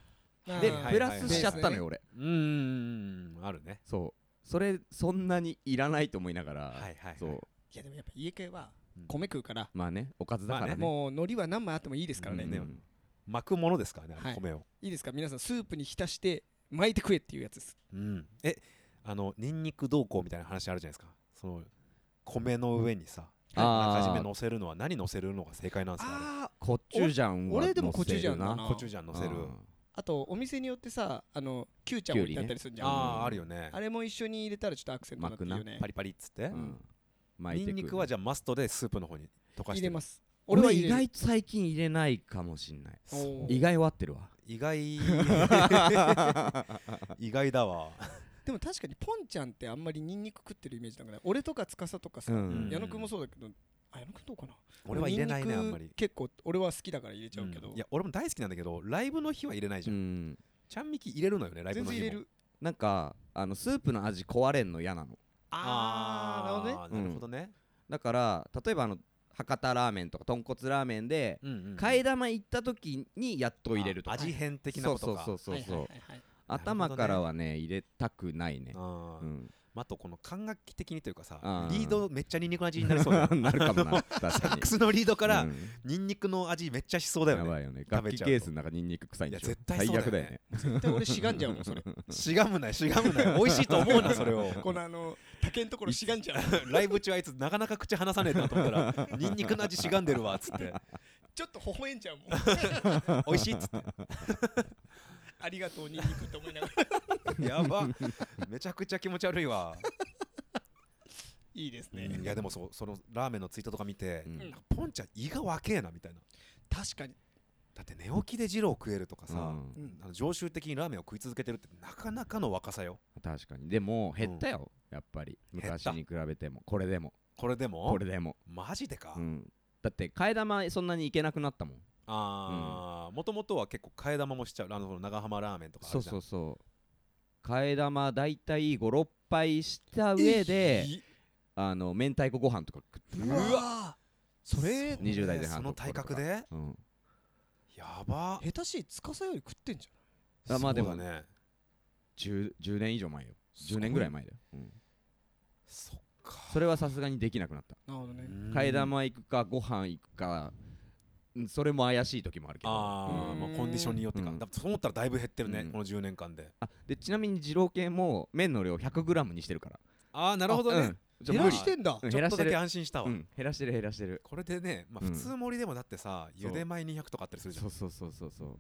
[SPEAKER 1] あー
[SPEAKER 3] で
[SPEAKER 2] はいはい
[SPEAKER 3] プラスしちゃっ
[SPEAKER 1] ベース
[SPEAKER 3] たの
[SPEAKER 1] でね
[SPEAKER 3] よ俺
[SPEAKER 2] うーんあるね
[SPEAKER 3] そうそれそんなにいらないと思いながら、
[SPEAKER 2] はいはいはい
[SPEAKER 3] そう
[SPEAKER 1] いやでもやっぱ家系は
[SPEAKER 2] うん
[SPEAKER 1] 米食うから
[SPEAKER 3] まあねおかずだか
[SPEAKER 2] ま
[SPEAKER 3] らね,、
[SPEAKER 2] あね
[SPEAKER 1] もう海苔は何枚あってもいいですからね
[SPEAKER 2] うん巻くものですからねあ
[SPEAKER 1] は
[SPEAKER 2] の
[SPEAKER 1] い
[SPEAKER 2] 米を、
[SPEAKER 1] いいですか皆さんスープに浸して巻いて食えっていうやつです
[SPEAKER 2] うんえあのニンニクどうこうみたいな話あるじゃないですかその米の上にさあら
[SPEAKER 3] あ
[SPEAKER 2] か
[SPEAKER 3] ー
[SPEAKER 2] じめ乗せるのは何乗せるのが正解なんですかあれ
[SPEAKER 1] ああ
[SPEAKER 3] コチュジャンは
[SPEAKER 1] 俺でも
[SPEAKER 3] 乗せ
[SPEAKER 1] コ
[SPEAKER 3] る
[SPEAKER 1] チュジャンだな
[SPEAKER 2] コチュジャン乗せる
[SPEAKER 1] あとお店によってさあのキューちゃん置いてあったりするじゃん
[SPEAKER 2] あーあるよね
[SPEAKER 1] あれも一緒に入れたらちょっとアクセントになってるよね
[SPEAKER 2] パリパリっつって
[SPEAKER 3] う、ん巻い
[SPEAKER 2] ニ
[SPEAKER 3] てく
[SPEAKER 2] ンニクはじゃあマストでスープの方に溶か
[SPEAKER 1] 入
[SPEAKER 2] して
[SPEAKER 1] れ
[SPEAKER 2] る
[SPEAKER 1] ます俺
[SPEAKER 3] 俺
[SPEAKER 1] は
[SPEAKER 3] は
[SPEAKER 1] 入れ
[SPEAKER 3] 意
[SPEAKER 1] る
[SPEAKER 3] 外と最近入れないかもしんない
[SPEAKER 1] おー
[SPEAKER 3] 意外は合ってるわ
[SPEAKER 2] 意外意外だわ
[SPEAKER 1] でも確かにポンちゃんってあんまりニンニク食ってるイメージだから俺とか司とかさ、
[SPEAKER 3] うん
[SPEAKER 1] 矢野くんもそうだけどあやめくんどうかな
[SPEAKER 2] 俺は入れないね
[SPEAKER 1] ニン
[SPEAKER 2] あ
[SPEAKER 1] ニク
[SPEAKER 2] んまり
[SPEAKER 1] 結構俺は好きだから入れちゃうけど、
[SPEAKER 2] うんいや俺も大好きなんだけどライブの日は入れないじ
[SPEAKER 3] う
[SPEAKER 2] ゃん、
[SPEAKER 3] ん
[SPEAKER 2] ちゃんみき入れるのよねライブ
[SPEAKER 1] 全
[SPEAKER 2] の
[SPEAKER 1] 然
[SPEAKER 2] 日
[SPEAKER 1] 入
[SPEAKER 2] も
[SPEAKER 1] れる
[SPEAKER 3] なんかあのスープの味壊れんの嫌なの
[SPEAKER 1] あーなるほどね
[SPEAKER 2] ーなるほどね、
[SPEAKER 3] だから例えばあの博多ラーメンとか豚骨ラーメンで
[SPEAKER 2] うんうんうん
[SPEAKER 3] 替え玉行った時にやっと入れると
[SPEAKER 2] あ
[SPEAKER 3] か
[SPEAKER 2] 味変的なことか
[SPEAKER 3] そうそうそうそう、
[SPEAKER 1] はいはいはいはい
[SPEAKER 3] 頭からはね入れたくないね
[SPEAKER 2] あ
[SPEAKER 3] う
[SPEAKER 2] ー
[SPEAKER 3] ん
[SPEAKER 2] まああとこの管楽器的にというかさ
[SPEAKER 3] あー
[SPEAKER 2] リードめっちゃニンニクの味になりそうだよ
[SPEAKER 3] なるかも
[SPEAKER 2] あの
[SPEAKER 3] な確かに
[SPEAKER 2] サックスのリードから、
[SPEAKER 3] うん
[SPEAKER 2] ニンニクの味めっちゃしそうだよ
[SPEAKER 3] や
[SPEAKER 2] ね
[SPEAKER 3] ばいよね
[SPEAKER 2] 食
[SPEAKER 3] 楽
[SPEAKER 2] べちゃうと
[SPEAKER 3] 器ケースの中にンニク臭いんでしょ
[SPEAKER 2] いや絶対そうだよね
[SPEAKER 3] 最悪だよね
[SPEAKER 1] 絶対俺しがんじゃうもんそれ
[SPEAKER 2] しがむなよしがむなよ美味しいと思うな それを
[SPEAKER 1] このあの竹のところしがんじゃう
[SPEAKER 2] ライブ中あいつなかなか口離さねえなと思ったら ニンニクの味しがんでるわっつって
[SPEAKER 1] ちょっと微笑んじゃうもん
[SPEAKER 2] 美味しいっつって
[SPEAKER 1] ありがとうニンニクって思いながら
[SPEAKER 2] やばめちゃくちゃ気持ち悪いわ、
[SPEAKER 1] いいです
[SPEAKER 2] う
[SPEAKER 1] ね、
[SPEAKER 2] んいやでもそうそのラーメンのツイートとか見て、
[SPEAKER 3] うん
[SPEAKER 1] うん
[SPEAKER 2] ポンちゃん胃が若えなみたいな
[SPEAKER 1] 確かに、
[SPEAKER 2] だって寝起きで二郎食えるとかさ、
[SPEAKER 3] うん
[SPEAKER 1] うん
[SPEAKER 2] あの常習的にラーメンを食い続けてるってなかなかの若さよ
[SPEAKER 3] 確かにでも減ったよやっぱり
[SPEAKER 2] 減っ
[SPEAKER 3] 昔
[SPEAKER 2] た
[SPEAKER 3] に比べてもこれでも
[SPEAKER 2] これでも
[SPEAKER 3] これでも
[SPEAKER 2] マジでか、
[SPEAKER 3] うんだって替え玉そんなにいけなくなったもん
[SPEAKER 2] ああもともとは結構替え玉もしちゃうあの長浜ラーメンとかあ
[SPEAKER 3] そ
[SPEAKER 2] る
[SPEAKER 3] う
[SPEAKER 2] じゃん
[SPEAKER 3] そうそう替え玉大体56杯した上であの明太子ご飯とか食ってた
[SPEAKER 2] う
[SPEAKER 3] かな
[SPEAKER 2] わそれ
[SPEAKER 3] そう20代前半
[SPEAKER 2] その体格で
[SPEAKER 3] うん
[SPEAKER 2] やば
[SPEAKER 1] 下手しい司より食ってんじ
[SPEAKER 3] あまあで
[SPEAKER 2] そ
[SPEAKER 3] も
[SPEAKER 2] うだね
[SPEAKER 3] 10, 10年以上前よ10年ぐらい前だよ、うん
[SPEAKER 2] そっか
[SPEAKER 3] それはさすがにできなくなった
[SPEAKER 1] ゃんなるほどね
[SPEAKER 3] 替え玉行くかご飯行くかうんそれも怪しい時もあるけど
[SPEAKER 2] ああ
[SPEAKER 1] うん
[SPEAKER 2] まあコンディションによってか
[SPEAKER 3] うん
[SPEAKER 2] だそう思ったらだいぶ減ってる
[SPEAKER 3] う
[SPEAKER 2] ね
[SPEAKER 3] ん
[SPEAKER 2] この10年間で
[SPEAKER 3] あでちなみに二郎系も麺の量 100g にしてるから
[SPEAKER 2] ああなるほど
[SPEAKER 3] う
[SPEAKER 2] ね
[SPEAKER 3] んちょ
[SPEAKER 1] 減
[SPEAKER 2] 減
[SPEAKER 1] ら
[SPEAKER 2] ら
[SPEAKER 1] し
[SPEAKER 2] してて
[SPEAKER 1] んだ
[SPEAKER 3] うん
[SPEAKER 2] ち
[SPEAKER 3] 減
[SPEAKER 2] ょ
[SPEAKER 3] ら
[SPEAKER 2] っ
[SPEAKER 3] し
[SPEAKER 2] とだ
[SPEAKER 3] てる
[SPEAKER 2] け安心したわ
[SPEAKER 3] うん減らしてる減らしてる
[SPEAKER 2] これでねまあ
[SPEAKER 3] うん
[SPEAKER 2] 普通盛りでもだってさ
[SPEAKER 3] そう
[SPEAKER 2] 茹で米に100とかあったりするじゃ
[SPEAKER 3] そ
[SPEAKER 2] ん
[SPEAKER 3] うそうそうそうそう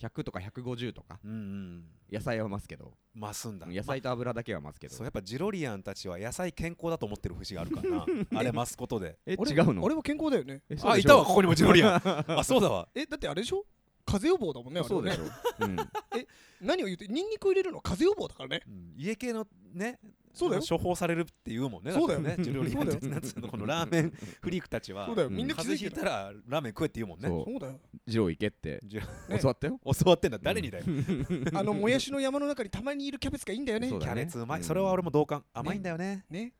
[SPEAKER 3] 100とか150とか
[SPEAKER 2] うんうん
[SPEAKER 3] 野菜は増すけど
[SPEAKER 2] 増すんだ
[SPEAKER 3] 野
[SPEAKER 2] まあ
[SPEAKER 3] 菜と油だけは増すけど
[SPEAKER 2] そうやっぱジロリアンたちは野菜健康だと思ってる節があるから なあれ増すことで
[SPEAKER 3] え
[SPEAKER 1] 俺
[SPEAKER 3] 違うの
[SPEAKER 1] 俺も健康だよね
[SPEAKER 3] えそう
[SPEAKER 2] あ
[SPEAKER 3] で
[SPEAKER 2] い
[SPEAKER 3] しょ
[SPEAKER 2] たわここにもジロリ アンあそうだわ
[SPEAKER 1] えだってあれでしょ風邪予防だもんねあれ
[SPEAKER 3] そう
[SPEAKER 1] はね
[SPEAKER 3] でしょうん
[SPEAKER 1] 何を言ってニンニク入れるのは風邪予防だからね
[SPEAKER 2] うん家系のね
[SPEAKER 1] そうだよ
[SPEAKER 2] 処方されるって言うもんね
[SPEAKER 1] そうだよ
[SPEAKER 2] ってねジュリ
[SPEAKER 1] そうだよ
[SPEAKER 2] ーなんつうのこのラーメンフリークたちは
[SPEAKER 1] そうだよ
[SPEAKER 3] うん
[SPEAKER 1] みんな気
[SPEAKER 2] 風
[SPEAKER 1] づ
[SPEAKER 2] 邪
[SPEAKER 1] い
[SPEAKER 2] ひ
[SPEAKER 1] て
[SPEAKER 2] い
[SPEAKER 1] た
[SPEAKER 2] た
[SPEAKER 1] ら
[SPEAKER 2] らラーメン食えって言うもんね
[SPEAKER 3] そ
[SPEAKER 1] そうだよ
[SPEAKER 3] う二郎行けって
[SPEAKER 2] じゃ
[SPEAKER 1] ね
[SPEAKER 3] 教わったよ
[SPEAKER 2] あ教わってんだ誰にだよ
[SPEAKER 1] あのもやしの山の中にたまにいるキャベツがいいんだよね
[SPEAKER 3] そう
[SPEAKER 2] キ
[SPEAKER 3] だ
[SPEAKER 2] ャ
[SPEAKER 3] ね
[SPEAKER 2] ベツうまいそれは俺も同感甘いんだよね
[SPEAKER 1] ね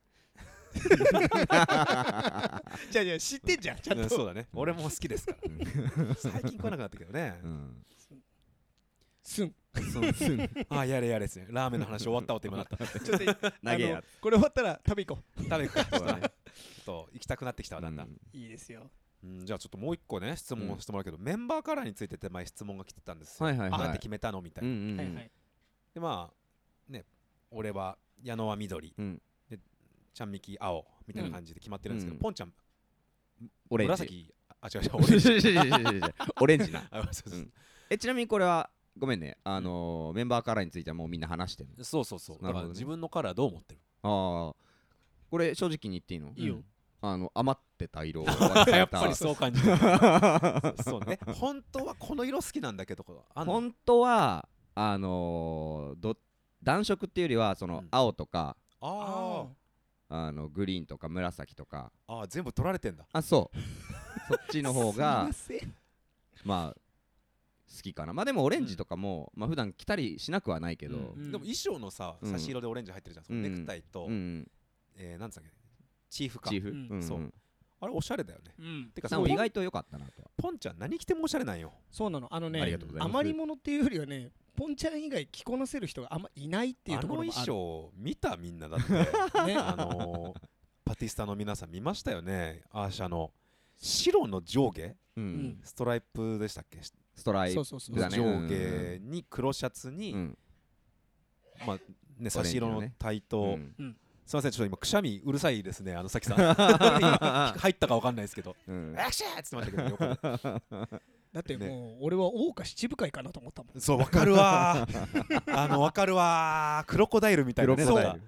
[SPEAKER 1] じゃあじゃあ知ってんじゃんちゃ
[SPEAKER 2] うんん
[SPEAKER 1] と
[SPEAKER 2] そうだね俺も好きですから
[SPEAKER 3] うん
[SPEAKER 2] 最近食わなくなったけどね
[SPEAKER 3] うん
[SPEAKER 1] すん
[SPEAKER 3] そうすん
[SPEAKER 2] あやれやれですねラーメンの話終わったわって今なった
[SPEAKER 1] ちょっと
[SPEAKER 3] 投
[SPEAKER 1] あ
[SPEAKER 3] げ
[SPEAKER 1] の
[SPEAKER 3] や
[SPEAKER 1] これ終わったら食べ行こ
[SPEAKER 2] 食べ行くかちょっ
[SPEAKER 3] そ
[SPEAKER 2] と
[SPEAKER 3] う
[SPEAKER 2] な
[SPEAKER 3] だ
[SPEAKER 2] ちょ
[SPEAKER 3] ね
[SPEAKER 2] っと行きたくなってきたわだんだん
[SPEAKER 3] うん
[SPEAKER 1] ういいですよ
[SPEAKER 2] うんじゃあちょっともう一個ね質問をしてもらうけどメンバーカラーについてって前質問が来てたんですよ
[SPEAKER 3] はいはい
[SPEAKER 2] どうやっ
[SPEAKER 3] は
[SPEAKER 2] て
[SPEAKER 3] い
[SPEAKER 2] 決めたのみたい
[SPEAKER 3] うん
[SPEAKER 2] な
[SPEAKER 3] うん
[SPEAKER 1] はい
[SPEAKER 3] うん
[SPEAKER 1] はい
[SPEAKER 2] でまあね俺は矢野は緑、
[SPEAKER 3] うん
[SPEAKER 2] でちゃんみき青みたいな感じで決まってるんですけど、
[SPEAKER 3] うん
[SPEAKER 2] ポンちゃん
[SPEAKER 3] オレンジ
[SPEAKER 2] 紫あ違う違う
[SPEAKER 3] オレンジ オレンジな
[SPEAKER 2] あそうそうそう
[SPEAKER 3] えちなみにこれはごめんねあのーメンバーカラーについてはもうみんな話してる
[SPEAKER 2] そうそうそうだ
[SPEAKER 3] なるほど
[SPEAKER 2] か
[SPEAKER 3] ね
[SPEAKER 2] ら自分のカラーどう思ってる
[SPEAKER 3] ああこれ正直に言っていいの
[SPEAKER 1] いいよ
[SPEAKER 3] うんあの余ってた色
[SPEAKER 2] やっぱ りそう感じる そうね本当はこの色好きなんだけどあの
[SPEAKER 3] 本当はあのーど暖色っていうよりはそ
[SPEAKER 2] う
[SPEAKER 3] の
[SPEAKER 2] ん
[SPEAKER 3] 青とか、
[SPEAKER 2] あ
[SPEAKER 3] あのグリーンとか紫とか
[SPEAKER 2] ーあー全部取られてんだ
[SPEAKER 3] あそうそっちの方が
[SPEAKER 1] すいません
[SPEAKER 3] まあ好きかなまあでもオレンジとかも、まあ普段着たりしなくはないけど、
[SPEAKER 2] うん
[SPEAKER 1] うん
[SPEAKER 2] でも衣装のさ
[SPEAKER 3] うん
[SPEAKER 2] 差し色でオレンジ入ってるじゃん、そのネクタイと、
[SPEAKER 3] うん
[SPEAKER 2] えーなんつったっけチーフか
[SPEAKER 3] チーフ、
[SPEAKER 1] うん
[SPEAKER 3] うん
[SPEAKER 2] そうあれおしゃれだよね
[SPEAKER 1] うん
[SPEAKER 2] てか
[SPEAKER 3] な
[SPEAKER 2] そ
[SPEAKER 3] ん
[SPEAKER 2] の
[SPEAKER 3] か
[SPEAKER 2] ポ
[SPEAKER 3] 意
[SPEAKER 2] ン
[SPEAKER 3] 外と良かったなとは
[SPEAKER 2] ポンちゃん何着てもおしゃれなんよ
[SPEAKER 1] そうなのあの
[SPEAKER 3] あり
[SPEAKER 1] ね
[SPEAKER 3] がとうございます
[SPEAKER 1] 余り物っていうよりはねポンちゃん以外着こなせる人があんまいないっていうところも
[SPEAKER 2] あ
[SPEAKER 1] あ
[SPEAKER 2] の
[SPEAKER 1] る
[SPEAKER 2] 衣装見たみんなだって
[SPEAKER 1] ね
[SPEAKER 2] あのーパティスタの皆さん見ましたよねアーシャの白の上下
[SPEAKER 3] うん
[SPEAKER 1] ん
[SPEAKER 2] ストライプでしたっけ、
[SPEAKER 3] ストライ
[SPEAKER 1] そう
[SPEAKER 3] プ
[SPEAKER 1] そうそう
[SPEAKER 3] だね
[SPEAKER 2] 上下に黒シャツに、
[SPEAKER 3] うん
[SPEAKER 2] まあね差し色
[SPEAKER 3] オレンジの
[SPEAKER 2] の
[SPEAKER 3] ね
[SPEAKER 2] タイト、
[SPEAKER 3] うん
[SPEAKER 2] すいませんちょっと今くしゃみうるさいですねあのさ きさん今入ったかわかんないですけど
[SPEAKER 3] うん
[SPEAKER 2] 「アクシャー!」っつってましたけど横
[SPEAKER 1] だってもう俺は桜花七部会かなと思ったもん
[SPEAKER 2] でそうわかるわーあのわかるわークロコダイルみたいなね
[SPEAKER 3] 黒子
[SPEAKER 2] なん
[SPEAKER 3] だ
[SPEAKER 2] か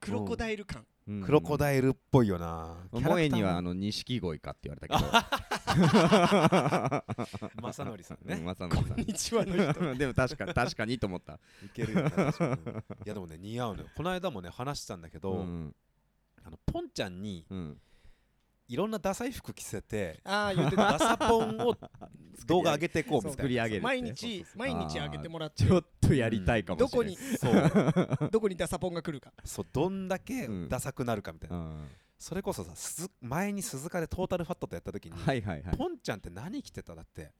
[SPEAKER 1] クロコダイル感
[SPEAKER 3] うん
[SPEAKER 2] クロコダイルっぽいよな
[SPEAKER 3] 萌えにはあ
[SPEAKER 2] の
[SPEAKER 3] の錦鯉かって言われたけど
[SPEAKER 2] 正則さん
[SPEAKER 3] う
[SPEAKER 2] ね
[SPEAKER 3] んまさま
[SPEAKER 1] こ
[SPEAKER 3] さ
[SPEAKER 1] んにちは の人
[SPEAKER 3] んでも確かに確かにと思った
[SPEAKER 2] いけるよな確かにいやでもね似合うのよこの間もね話したんだけど、
[SPEAKER 3] うん
[SPEAKER 2] あのポンちゃんに
[SPEAKER 3] うん
[SPEAKER 2] いろんなダサい服着せて
[SPEAKER 1] ああ言ってた
[SPEAKER 2] ダサポンを動画上げていこうみた
[SPEAKER 3] 作
[SPEAKER 2] い
[SPEAKER 3] り
[SPEAKER 2] な
[SPEAKER 3] 上げるって
[SPEAKER 1] 毎
[SPEAKER 2] そう
[SPEAKER 1] 日
[SPEAKER 2] そうそ
[SPEAKER 1] 毎日あげてもらって
[SPEAKER 3] ちょっとやりたいかも
[SPEAKER 1] ど
[SPEAKER 3] しれ
[SPEAKER 1] こ
[SPEAKER 3] ない
[SPEAKER 1] に
[SPEAKER 2] そう
[SPEAKER 1] どこにダサポンが来るか
[SPEAKER 2] そうどんだけ
[SPEAKER 3] うん
[SPEAKER 2] ダサくなるかみたいな、
[SPEAKER 3] うん
[SPEAKER 2] それこそさ鈴前に鈴鹿でトータルファットとやった時に、
[SPEAKER 3] はいはいはい
[SPEAKER 2] ポンちゃんって何着てただって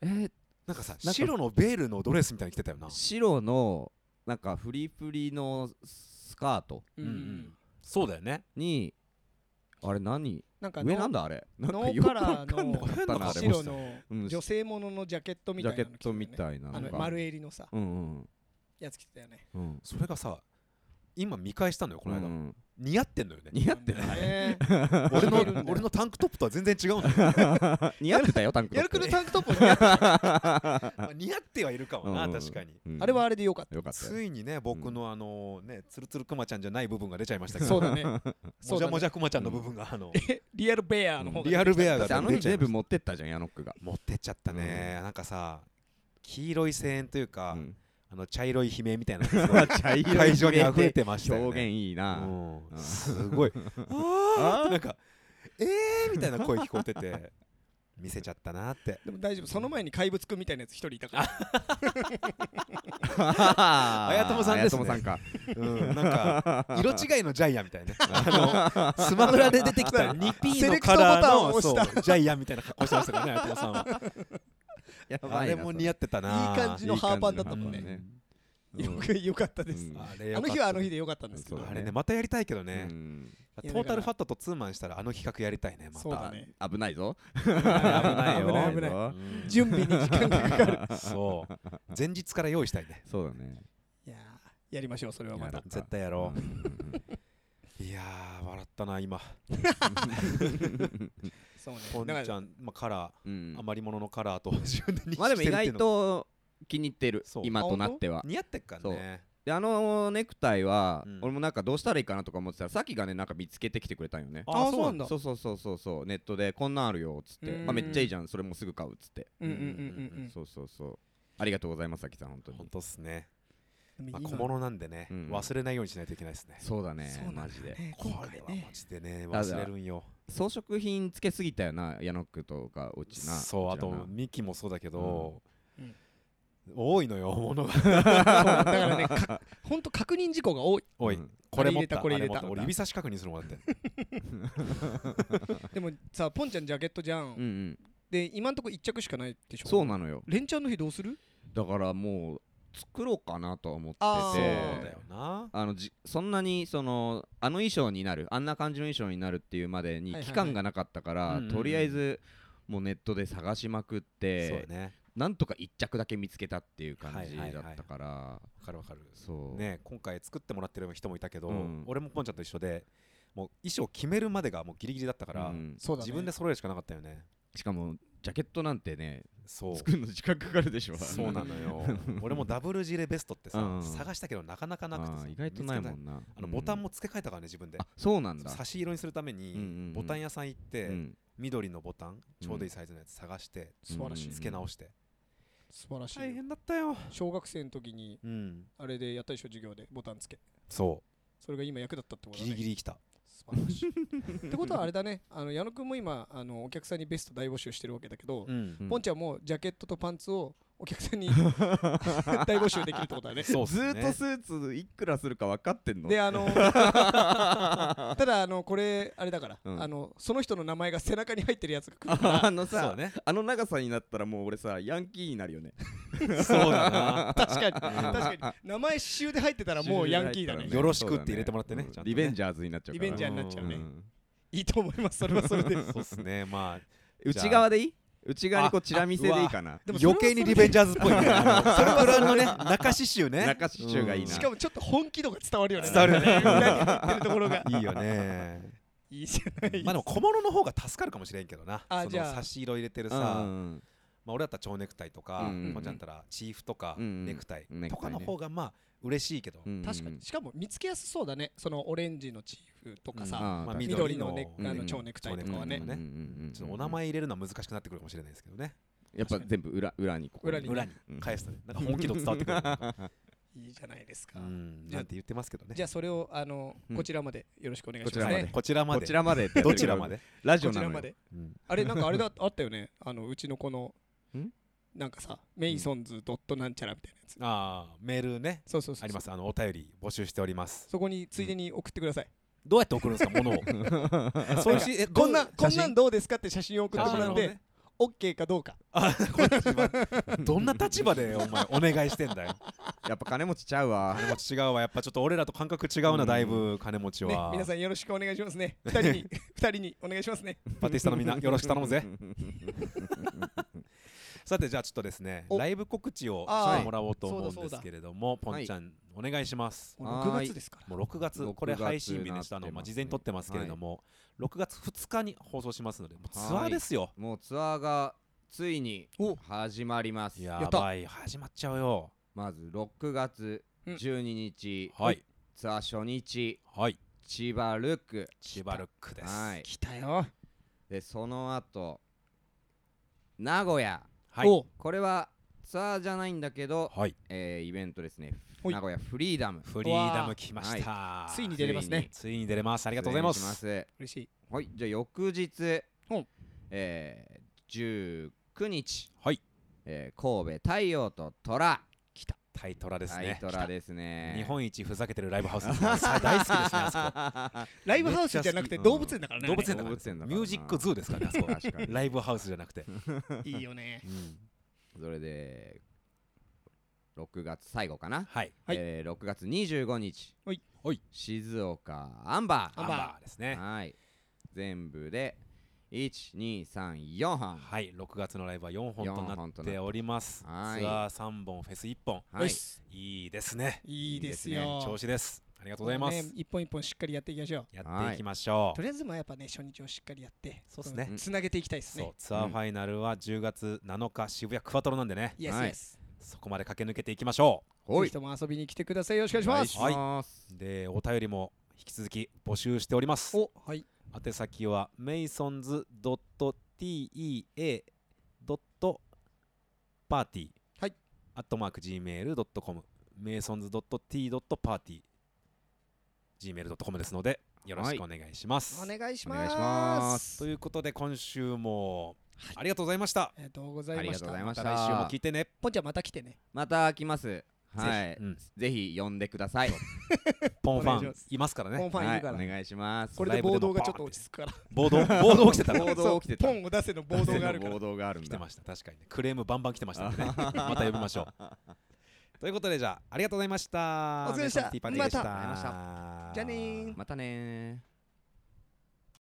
[SPEAKER 3] えー
[SPEAKER 2] なんかさ
[SPEAKER 3] なんか
[SPEAKER 2] 白のベールのドレスみたいに着てたよな
[SPEAKER 3] 白のなんかフリフリのスカート
[SPEAKER 1] うんうん
[SPEAKER 2] そうだよね
[SPEAKER 3] にあれ何
[SPEAKER 1] なんか
[SPEAKER 3] 上なん
[SPEAKER 1] ノ
[SPEAKER 3] だあれなんか
[SPEAKER 1] ノ
[SPEAKER 3] よ
[SPEAKER 1] ー
[SPEAKER 3] く
[SPEAKER 1] カラ
[SPEAKER 3] わかんなかっ
[SPEAKER 1] ー
[SPEAKER 3] たな
[SPEAKER 1] の
[SPEAKER 3] あれも
[SPEAKER 1] 白
[SPEAKER 3] し
[SPEAKER 1] の
[SPEAKER 3] うん
[SPEAKER 1] 女性もののジャケットみ
[SPEAKER 3] ジ
[SPEAKER 1] たい
[SPEAKER 3] ャ
[SPEAKER 1] な
[SPEAKER 3] ケ
[SPEAKER 1] の
[SPEAKER 3] ットみ
[SPEAKER 1] い
[SPEAKER 3] たいな
[SPEAKER 1] あ
[SPEAKER 3] なん
[SPEAKER 1] の
[SPEAKER 3] か
[SPEAKER 1] 丸襟のさ
[SPEAKER 3] うんうん
[SPEAKER 1] やつ着てたよね
[SPEAKER 3] うん
[SPEAKER 2] それがさ今見返したのよこの間、
[SPEAKER 3] うん
[SPEAKER 2] 似合ってんのよね
[SPEAKER 3] 似合ってない
[SPEAKER 1] い
[SPEAKER 2] 俺
[SPEAKER 1] 似てるんだ
[SPEAKER 2] の
[SPEAKER 1] よ
[SPEAKER 2] 俺のタンクトップとは全然違うのよ
[SPEAKER 3] 似合ってたよタンク
[SPEAKER 1] や
[SPEAKER 3] ト
[SPEAKER 1] るくの
[SPEAKER 3] ップね
[SPEAKER 1] タンクトップも似合ってる
[SPEAKER 2] まあ似合ってはいるかもな、
[SPEAKER 3] うんうん
[SPEAKER 2] 確かに
[SPEAKER 3] うん
[SPEAKER 1] あれはあれでよかっ
[SPEAKER 3] よかったよ
[SPEAKER 2] ついにね僕のあのねつるつるくまちゃんじゃない部分が出ちゃいました
[SPEAKER 1] た
[SPEAKER 2] けど
[SPEAKER 1] そうだねそう
[SPEAKER 2] も
[SPEAKER 1] だ
[SPEAKER 2] じゃ
[SPEAKER 1] ね
[SPEAKER 2] もじゃくまちゃんの部分があの
[SPEAKER 1] リアルベアの方が
[SPEAKER 2] リアルベアが
[SPEAKER 3] だってあの
[SPEAKER 2] 出
[SPEAKER 3] 日
[SPEAKER 2] ちゃいました
[SPEAKER 3] 全部持ってったじゃんヤノックが
[SPEAKER 2] 持ってっちゃったね、なんかさ黄色い声援というか、
[SPEAKER 3] うん
[SPEAKER 2] あの茶色い悲鳴みたいな
[SPEAKER 3] 茶色い
[SPEAKER 2] 会場に溢れてましたよ、ね、
[SPEAKER 3] 表現いい な
[SPEAKER 2] う
[SPEAKER 3] うんん
[SPEAKER 2] す ごいあーってなんかえーみたいな声聞こえてて見せちゃったなって
[SPEAKER 1] でも大丈夫その前に怪物くんみたいなやつ一人いたから
[SPEAKER 3] あ
[SPEAKER 2] やともさんですね
[SPEAKER 3] やともさんか
[SPEAKER 2] うんなんか色違いのジャイアンみたいなねあのスマブラで 出てきた 2P
[SPEAKER 1] セレ
[SPEAKER 2] の
[SPEAKER 1] クト
[SPEAKER 2] カ
[SPEAKER 1] ボ
[SPEAKER 2] ラ
[SPEAKER 1] タン
[SPEAKER 2] ー
[SPEAKER 1] を
[SPEAKER 2] の
[SPEAKER 1] 押
[SPEAKER 2] そ
[SPEAKER 1] し
[SPEAKER 2] う
[SPEAKER 1] た
[SPEAKER 2] ジャイアンみたいな格好してましたからね綾友さんは
[SPEAKER 3] やばい な
[SPEAKER 2] あれも似合ってたない
[SPEAKER 1] い感じのハーパンだったもん
[SPEAKER 3] い
[SPEAKER 1] ね
[SPEAKER 3] い感じ
[SPEAKER 1] よ
[SPEAKER 3] のハーパンね
[SPEAKER 1] くよかったです
[SPEAKER 3] うん
[SPEAKER 2] あれよ
[SPEAKER 1] あの
[SPEAKER 2] かった
[SPEAKER 1] 日はあの日でよかったんですけ
[SPEAKER 3] そう
[SPEAKER 1] ど
[SPEAKER 3] だ
[SPEAKER 2] あれねまたやりたいけどね
[SPEAKER 3] う、ん
[SPEAKER 1] いや
[SPEAKER 2] トータルファットとツーマンしたらあの企画やりたいねまた
[SPEAKER 1] そうだね
[SPEAKER 3] 危ないぞ
[SPEAKER 2] あれ 危ないよ
[SPEAKER 1] 危ない危ない
[SPEAKER 3] よ
[SPEAKER 2] うん
[SPEAKER 1] 準備に時間がかかる
[SPEAKER 2] そう前日から用意したいね
[SPEAKER 3] そうだね
[SPEAKER 1] いやーやりましょうそれはま
[SPEAKER 3] や
[SPEAKER 1] た
[SPEAKER 3] ろ
[SPEAKER 2] 絶対やろ
[SPEAKER 3] うんうんうん
[SPEAKER 2] ういやー笑ったな今
[SPEAKER 1] そうね
[SPEAKER 2] ポンち
[SPEAKER 1] だか
[SPEAKER 2] ゃんま あカラー
[SPEAKER 3] うん
[SPEAKER 2] 余り物のカラーと自分で認識してるっていうの
[SPEAKER 3] まあでも意外と気に入ってる
[SPEAKER 2] そう
[SPEAKER 3] 今となっては
[SPEAKER 2] 似合ってっからね
[SPEAKER 3] であのネクタイは
[SPEAKER 2] うん
[SPEAKER 3] 俺もなんかどうしたらいいかなとか思ってたらさきがねなんか見つけてきてくれたんよね
[SPEAKER 1] あそうなんだ
[SPEAKER 3] そうそうそうそうそうネットでこんなんあるよっつって
[SPEAKER 1] うん
[SPEAKER 3] あめっちゃいいじゃんそれもすぐ買うっつって
[SPEAKER 1] らうんうんうんうん
[SPEAKER 3] そうそうそうありがとうございますさきさん本当に
[SPEAKER 2] 本当っすね、
[SPEAKER 1] うん
[SPEAKER 2] まあ、
[SPEAKER 1] 今
[SPEAKER 2] 小物なんでね、
[SPEAKER 3] うん
[SPEAKER 2] 忘れないようにしないといけないですね
[SPEAKER 3] そうだね
[SPEAKER 1] そうなんだ
[SPEAKER 3] マ
[SPEAKER 1] よ
[SPEAKER 3] ジで
[SPEAKER 1] ね
[SPEAKER 2] こ
[SPEAKER 1] 今
[SPEAKER 2] れ
[SPEAKER 1] 回
[SPEAKER 2] は
[SPEAKER 1] ね
[SPEAKER 2] マジでね
[SPEAKER 3] だ
[SPEAKER 2] 忘れるんよ
[SPEAKER 3] 装飾品つけすぎたよなヤノックとかうちな
[SPEAKER 2] そうあ
[SPEAKER 3] ちらな
[SPEAKER 2] とミキもそうだけど、
[SPEAKER 1] うん
[SPEAKER 2] 多いのよものが
[SPEAKER 1] そうだからねかほんと確認事項が多い
[SPEAKER 2] 多い、
[SPEAKER 3] うん
[SPEAKER 2] これ持った
[SPEAKER 1] あれ入れたこれ入れ
[SPEAKER 2] あ持っ
[SPEAKER 1] た
[SPEAKER 2] 俺指差し確認するもんだって
[SPEAKER 1] でもさポンちゃんジャケットじゃ
[SPEAKER 3] うんうんん
[SPEAKER 1] で今んとこ一着しかないでしょ
[SPEAKER 3] そうなのよ
[SPEAKER 1] レンチャンの日どうする
[SPEAKER 3] だからもう作ろうかなとは思って
[SPEAKER 1] あー
[SPEAKER 2] そう
[SPEAKER 1] え
[SPEAKER 2] だ
[SPEAKER 3] て
[SPEAKER 2] よな
[SPEAKER 3] あのじそんなにそのあの衣装になるあんな感じの衣装になるっていうまでに
[SPEAKER 1] はいはいはい
[SPEAKER 3] 期間がなかったから、
[SPEAKER 2] うんうんうん
[SPEAKER 3] とりあえずもうネットで探しまくっ
[SPEAKER 2] そう
[SPEAKER 3] て、
[SPEAKER 2] だね
[SPEAKER 3] なんとか一着だけ見つけたっていう感じだったから、
[SPEAKER 2] わかるわかる
[SPEAKER 3] そう、
[SPEAKER 2] ね今回作ってもらってる人もいたけど、
[SPEAKER 3] うん
[SPEAKER 2] 俺もポンちゃんと一緒でもう衣装決めるまでがもうギリギリだったから、
[SPEAKER 3] うん
[SPEAKER 1] そう
[SPEAKER 2] 自分で揃えるしかなかったよね
[SPEAKER 3] しかもジャケットなんてね
[SPEAKER 2] そう
[SPEAKER 3] 作るの時間かかるでしょ
[SPEAKER 2] そうなの よ俺もダブルジレベストってさ、
[SPEAKER 3] うん
[SPEAKER 2] 探したけどなかなかなくて
[SPEAKER 3] あ
[SPEAKER 2] さ
[SPEAKER 3] ー意外とないも
[SPEAKER 2] 見つ
[SPEAKER 3] んな
[SPEAKER 2] けたあのボタン
[SPEAKER 3] も、
[SPEAKER 2] も付け替えたからね自分で
[SPEAKER 3] あそうなんだ
[SPEAKER 2] 差し色にするため
[SPEAKER 3] うんうんう
[SPEAKER 2] に
[SPEAKER 3] ん
[SPEAKER 2] ボタン屋さん行って、
[SPEAKER 3] うん
[SPEAKER 2] 緑のボタンちょうどいいサイズのやつ探して、
[SPEAKER 1] 素晴らしい
[SPEAKER 3] うん
[SPEAKER 2] 付け直して、
[SPEAKER 1] 素晴らしい
[SPEAKER 2] 大
[SPEAKER 1] よ
[SPEAKER 2] 変だったよ
[SPEAKER 1] 小学生の時に
[SPEAKER 2] うん
[SPEAKER 1] あれでやったでしょ授業でボタンつけ
[SPEAKER 2] そ
[SPEAKER 1] それが今役だったってこと
[SPEAKER 2] う
[SPEAKER 1] だ
[SPEAKER 2] ギ
[SPEAKER 1] ね
[SPEAKER 2] リギリ来た
[SPEAKER 1] 素晴らしいってことはあれだね あの矢野くんも今あのお客さんにベスト大募集してるわけだけど、
[SPEAKER 2] うん
[SPEAKER 3] うん
[SPEAKER 1] ポンちゃんもジャケットとパンツをお客さんに大募集できるってことだね
[SPEAKER 2] そう
[SPEAKER 3] ず
[SPEAKER 2] ね
[SPEAKER 3] ーっとスーツいくらするか分かってんの
[SPEAKER 1] であのただあのこれあれだから、
[SPEAKER 3] うん
[SPEAKER 1] あのその人の名前が背中に入ってるやつが来る か
[SPEAKER 3] ああの
[SPEAKER 2] そう
[SPEAKER 3] さ、
[SPEAKER 2] ね
[SPEAKER 3] あの長さになったらもう俺さヤンキーになるよね
[SPEAKER 2] そうだな
[SPEAKER 1] ら確かに確かに名前刺繍で入ってたらもうヤンキーだね
[SPEAKER 2] 刺繍で入ったらねよろしくって入れてもらってね
[SPEAKER 3] そう
[SPEAKER 2] ちゃ
[SPEAKER 3] だ
[SPEAKER 2] んとね
[SPEAKER 3] リベンジャーズになっちゃうから
[SPEAKER 1] リベンジャーになっちゃうね、
[SPEAKER 2] う
[SPEAKER 1] いいと思いますそれはそれで
[SPEAKER 2] そうっすねまあ
[SPEAKER 3] 内側でいい内側にこうチラ見せでいいかな
[SPEAKER 1] でもそれは
[SPEAKER 2] 余計にリベンジャーズっぽいねあの桜のね中刺繍ね
[SPEAKER 3] 中刺繍がいいな
[SPEAKER 1] しかもちょっと本気度が伝わるよね
[SPEAKER 2] 伝わるよね
[SPEAKER 1] なんかね裏に言ってるところ が
[SPEAKER 2] いいよね
[SPEAKER 1] いいじゃない
[SPEAKER 2] まあでも小物の方が助かるかもしれんけどな
[SPEAKER 1] あ
[SPEAKER 2] その
[SPEAKER 1] じゃあ
[SPEAKER 2] 差し色入れてる
[SPEAKER 3] うん
[SPEAKER 2] さ、
[SPEAKER 3] うん
[SPEAKER 2] まあ、俺だったら蝶ネクタイとか、
[SPEAKER 3] うんうんうん
[SPEAKER 2] ポンちゃんだったらチーフとか、
[SPEAKER 3] うんうん
[SPEAKER 2] ネクタイ
[SPEAKER 3] ネ
[SPEAKER 2] と
[SPEAKER 3] クタ
[SPEAKER 2] か
[SPEAKER 3] イ
[SPEAKER 2] の
[SPEAKER 3] ね
[SPEAKER 2] 方がまあ嬉しいけど、
[SPEAKER 3] うん
[SPEAKER 1] 確かにしかも見つけやすそうだねそのオレンジのチーフとかさ、
[SPEAKER 3] あー
[SPEAKER 2] まあ、
[SPEAKER 3] 確かに
[SPEAKER 1] 緑のね
[SPEAKER 3] うん
[SPEAKER 1] あの蝶ネクタイとかはね、
[SPEAKER 2] 蝶ネクタイとかね
[SPEAKER 3] うんうんうんうん
[SPEAKER 2] ちょっとお名前入れるのは難しくなってくるかもしれないですけどね、
[SPEAKER 3] やっぱ全部裏裏にここ
[SPEAKER 1] 裏に
[SPEAKER 2] 裏に
[SPEAKER 3] うん
[SPEAKER 2] 返すとねなんか本気度伝わってくる
[SPEAKER 1] いいじゃないですか、
[SPEAKER 2] うんなんて言ってますけどね
[SPEAKER 1] じゃあそれをあの、
[SPEAKER 3] うん
[SPEAKER 1] こちらまでよろしくお願いし
[SPEAKER 3] こち
[SPEAKER 1] ま
[SPEAKER 3] ら
[SPEAKER 1] す
[SPEAKER 3] まで
[SPEAKER 1] ね
[SPEAKER 2] こちらま
[SPEAKER 3] こ
[SPEAKER 2] で
[SPEAKER 3] ちらまで
[SPEAKER 2] どちらまで
[SPEAKER 3] ラジ
[SPEAKER 1] こ
[SPEAKER 3] オ
[SPEAKER 1] ち
[SPEAKER 3] な
[SPEAKER 1] ら
[SPEAKER 3] の
[SPEAKER 1] ま
[SPEAKER 3] よ
[SPEAKER 1] であれなんかあれだあったよねあのうちのこの
[SPEAKER 3] ん
[SPEAKER 1] なんかさメイソンズドットなんちゃらみたいなやつ
[SPEAKER 2] ああメールね
[SPEAKER 1] そうそうそうそう
[SPEAKER 2] ありますあのお便り募集しております
[SPEAKER 1] そこについでに送ってください、
[SPEAKER 2] どうやって送るんですか 物をそういうしえ
[SPEAKER 1] こんな
[SPEAKER 2] どう
[SPEAKER 1] こんなんどうですかって写真を送って
[SPEAKER 2] あ
[SPEAKER 1] も
[SPEAKER 2] ー
[SPEAKER 1] ら
[SPEAKER 2] な
[SPEAKER 1] っ
[SPEAKER 2] るほど
[SPEAKER 1] て
[SPEAKER 2] ね
[SPEAKER 1] オッケーかどうか
[SPEAKER 2] あこんな立場どんな立場でお前お願いしてんだよ
[SPEAKER 3] やっぱ金持ちちゃうわ
[SPEAKER 2] 金持 ち違うわやっぱちょっと俺らと感覚違う
[SPEAKER 3] う
[SPEAKER 2] なんだいぶ金持ち
[SPEAKER 1] ね
[SPEAKER 2] は、
[SPEAKER 1] 皆さんよろしくお願いしますね二人 に二人にお願いしますね
[SPEAKER 2] バティスタのみん なよろしく頼むぜさてじゃあちょっとですね
[SPEAKER 1] お
[SPEAKER 2] ライブ告知を
[SPEAKER 1] あー
[SPEAKER 2] してもらおうと
[SPEAKER 1] は
[SPEAKER 2] 思
[SPEAKER 1] いそうだそ
[SPEAKER 2] ん
[SPEAKER 1] う
[SPEAKER 2] で
[SPEAKER 1] だ
[SPEAKER 2] すけれどもポンちゃんお願いします
[SPEAKER 3] は
[SPEAKER 1] 6
[SPEAKER 3] ーい
[SPEAKER 1] 月ですから
[SPEAKER 2] もう6月
[SPEAKER 3] 6
[SPEAKER 2] これ
[SPEAKER 3] 月
[SPEAKER 2] 配信日でした
[SPEAKER 3] な
[SPEAKER 2] の
[SPEAKER 3] って
[SPEAKER 2] ま
[SPEAKER 3] ま
[SPEAKER 2] あ
[SPEAKER 3] す
[SPEAKER 2] 事前に撮ってますけれども6月2日に放送しますのでもうツアーですよ
[SPEAKER 3] もうツアーがついに
[SPEAKER 1] お
[SPEAKER 3] 始まります
[SPEAKER 2] やばい始まっちゃうよ
[SPEAKER 3] まず6月
[SPEAKER 1] うん
[SPEAKER 3] 12日、
[SPEAKER 2] はい
[SPEAKER 3] ツアー初日
[SPEAKER 2] はい
[SPEAKER 3] 千葉ルック
[SPEAKER 2] 千葉ルックです
[SPEAKER 3] はい
[SPEAKER 1] 来たよ、
[SPEAKER 3] でその後名古屋
[SPEAKER 2] はい
[SPEAKER 1] お
[SPEAKER 3] これはツアーじゃないんだけど、
[SPEAKER 2] はい
[SPEAKER 3] えーイベントですね
[SPEAKER 1] ほい
[SPEAKER 3] 名古屋フリーダム
[SPEAKER 2] フリーダム来ました
[SPEAKER 1] ついに出れますね
[SPEAKER 2] ついに出れますありがとうございます
[SPEAKER 3] 出演します
[SPEAKER 1] 嬉しい
[SPEAKER 3] はいじゃあ翌日
[SPEAKER 1] うん、
[SPEAKER 3] えー、19日、
[SPEAKER 2] はい
[SPEAKER 3] えー神戸太陽と虎
[SPEAKER 1] 来た
[SPEAKER 2] タイトラです
[SPEAKER 3] タイ
[SPEAKER 2] ね
[SPEAKER 3] トラですね
[SPEAKER 2] 日本一ふざけてるライブハウスですねさ大好きですねあそこ
[SPEAKER 1] ライブハウスじゃなくて動物園だからね
[SPEAKER 2] 動物園だ
[SPEAKER 3] 動
[SPEAKER 2] から
[SPEAKER 3] 物園だからな
[SPEAKER 2] ミュージックズーですからねあそこ
[SPEAKER 3] 確かに
[SPEAKER 2] ライブハウスじゃなくて、
[SPEAKER 1] いいよね
[SPEAKER 3] それで6月最後かな、
[SPEAKER 2] はい
[SPEAKER 1] はい
[SPEAKER 3] えー、6月25日
[SPEAKER 1] ほい
[SPEAKER 2] ほい
[SPEAKER 3] 静岡アンバ
[SPEAKER 1] ア
[SPEAKER 2] ア
[SPEAKER 1] ン
[SPEAKER 2] ン
[SPEAKER 1] バー
[SPEAKER 2] バーです
[SPEAKER 3] ー
[SPEAKER 2] ね
[SPEAKER 3] はい全部で1234本
[SPEAKER 2] はい6月のライブは4本と
[SPEAKER 3] 四
[SPEAKER 2] な
[SPEAKER 3] 本と
[SPEAKER 2] っ
[SPEAKER 3] なって
[SPEAKER 2] ておりますツア
[SPEAKER 3] はい
[SPEAKER 2] ー3本フェス1本
[SPEAKER 1] は
[SPEAKER 3] はいい
[SPEAKER 2] いいですね
[SPEAKER 1] いいです
[SPEAKER 3] いい
[SPEAKER 1] よ
[SPEAKER 2] 調子ですありがとうございます、
[SPEAKER 1] ね一本一本しっかりやっていきましょう
[SPEAKER 2] やっていきましょう、
[SPEAKER 1] とりあえずまあやっぱね初日をしっかりやって
[SPEAKER 2] そうっすね
[SPEAKER 1] んつなげていきたいです
[SPEAKER 2] そ
[SPEAKER 1] ね
[SPEAKER 2] うツアーファイナルは10月7日渋谷クワトロなんでね
[SPEAKER 1] イエスイ
[SPEAKER 3] はい
[SPEAKER 1] エス
[SPEAKER 2] そこまで駆け抜けていきましょ
[SPEAKER 1] ぜ
[SPEAKER 3] ほ
[SPEAKER 1] ひとも遊びに来てくださいよろしくお願いし
[SPEAKER 3] お願
[SPEAKER 1] ま
[SPEAKER 3] い
[SPEAKER 1] す
[SPEAKER 3] します
[SPEAKER 2] うでお便りも引き続き募集しております
[SPEAKER 1] おはい
[SPEAKER 2] 宛先は masons.tea.party
[SPEAKER 1] はい
[SPEAKER 2] アットマーク gmail.com masons.t.party gmail.com ですのでよろしくお願いします、
[SPEAKER 1] お願いし
[SPEAKER 3] お願いし
[SPEAKER 1] ま
[SPEAKER 3] ます
[SPEAKER 2] ということで今週もありがとうございました
[SPEAKER 1] ありがとうございました
[SPEAKER 3] ありがとうございま
[SPEAKER 2] ま
[SPEAKER 3] した
[SPEAKER 2] た来週も聞いてね
[SPEAKER 1] ポンちゃんまた来てね
[SPEAKER 3] また来ますはい
[SPEAKER 2] うん
[SPEAKER 3] ぜひ呼んでください
[SPEAKER 2] ポンフ
[SPEAKER 1] お願
[SPEAKER 2] ァ
[SPEAKER 1] い
[SPEAKER 2] ン
[SPEAKER 1] し ます
[SPEAKER 2] いますから
[SPEAKER 1] ポ
[SPEAKER 2] ね
[SPEAKER 1] ンファンいるから、
[SPEAKER 3] はい、お願いします
[SPEAKER 1] これで暴動がちょっと落ち着くから
[SPEAKER 2] 暴動暴動起きてたから
[SPEAKER 3] 暴動起きてた
[SPEAKER 1] ポンを出せの暴動があるから
[SPEAKER 3] 暴動があるん
[SPEAKER 2] 来
[SPEAKER 3] だ
[SPEAKER 2] てました確かにねクレームバンバン来てました んでねまた呼びましょうということでじゃあありがとうございました
[SPEAKER 1] お疲れ様でした
[SPEAKER 2] メイソンティーパーティーでした
[SPEAKER 1] また
[SPEAKER 3] ありがとうござい
[SPEAKER 1] じゃあねー
[SPEAKER 3] またねー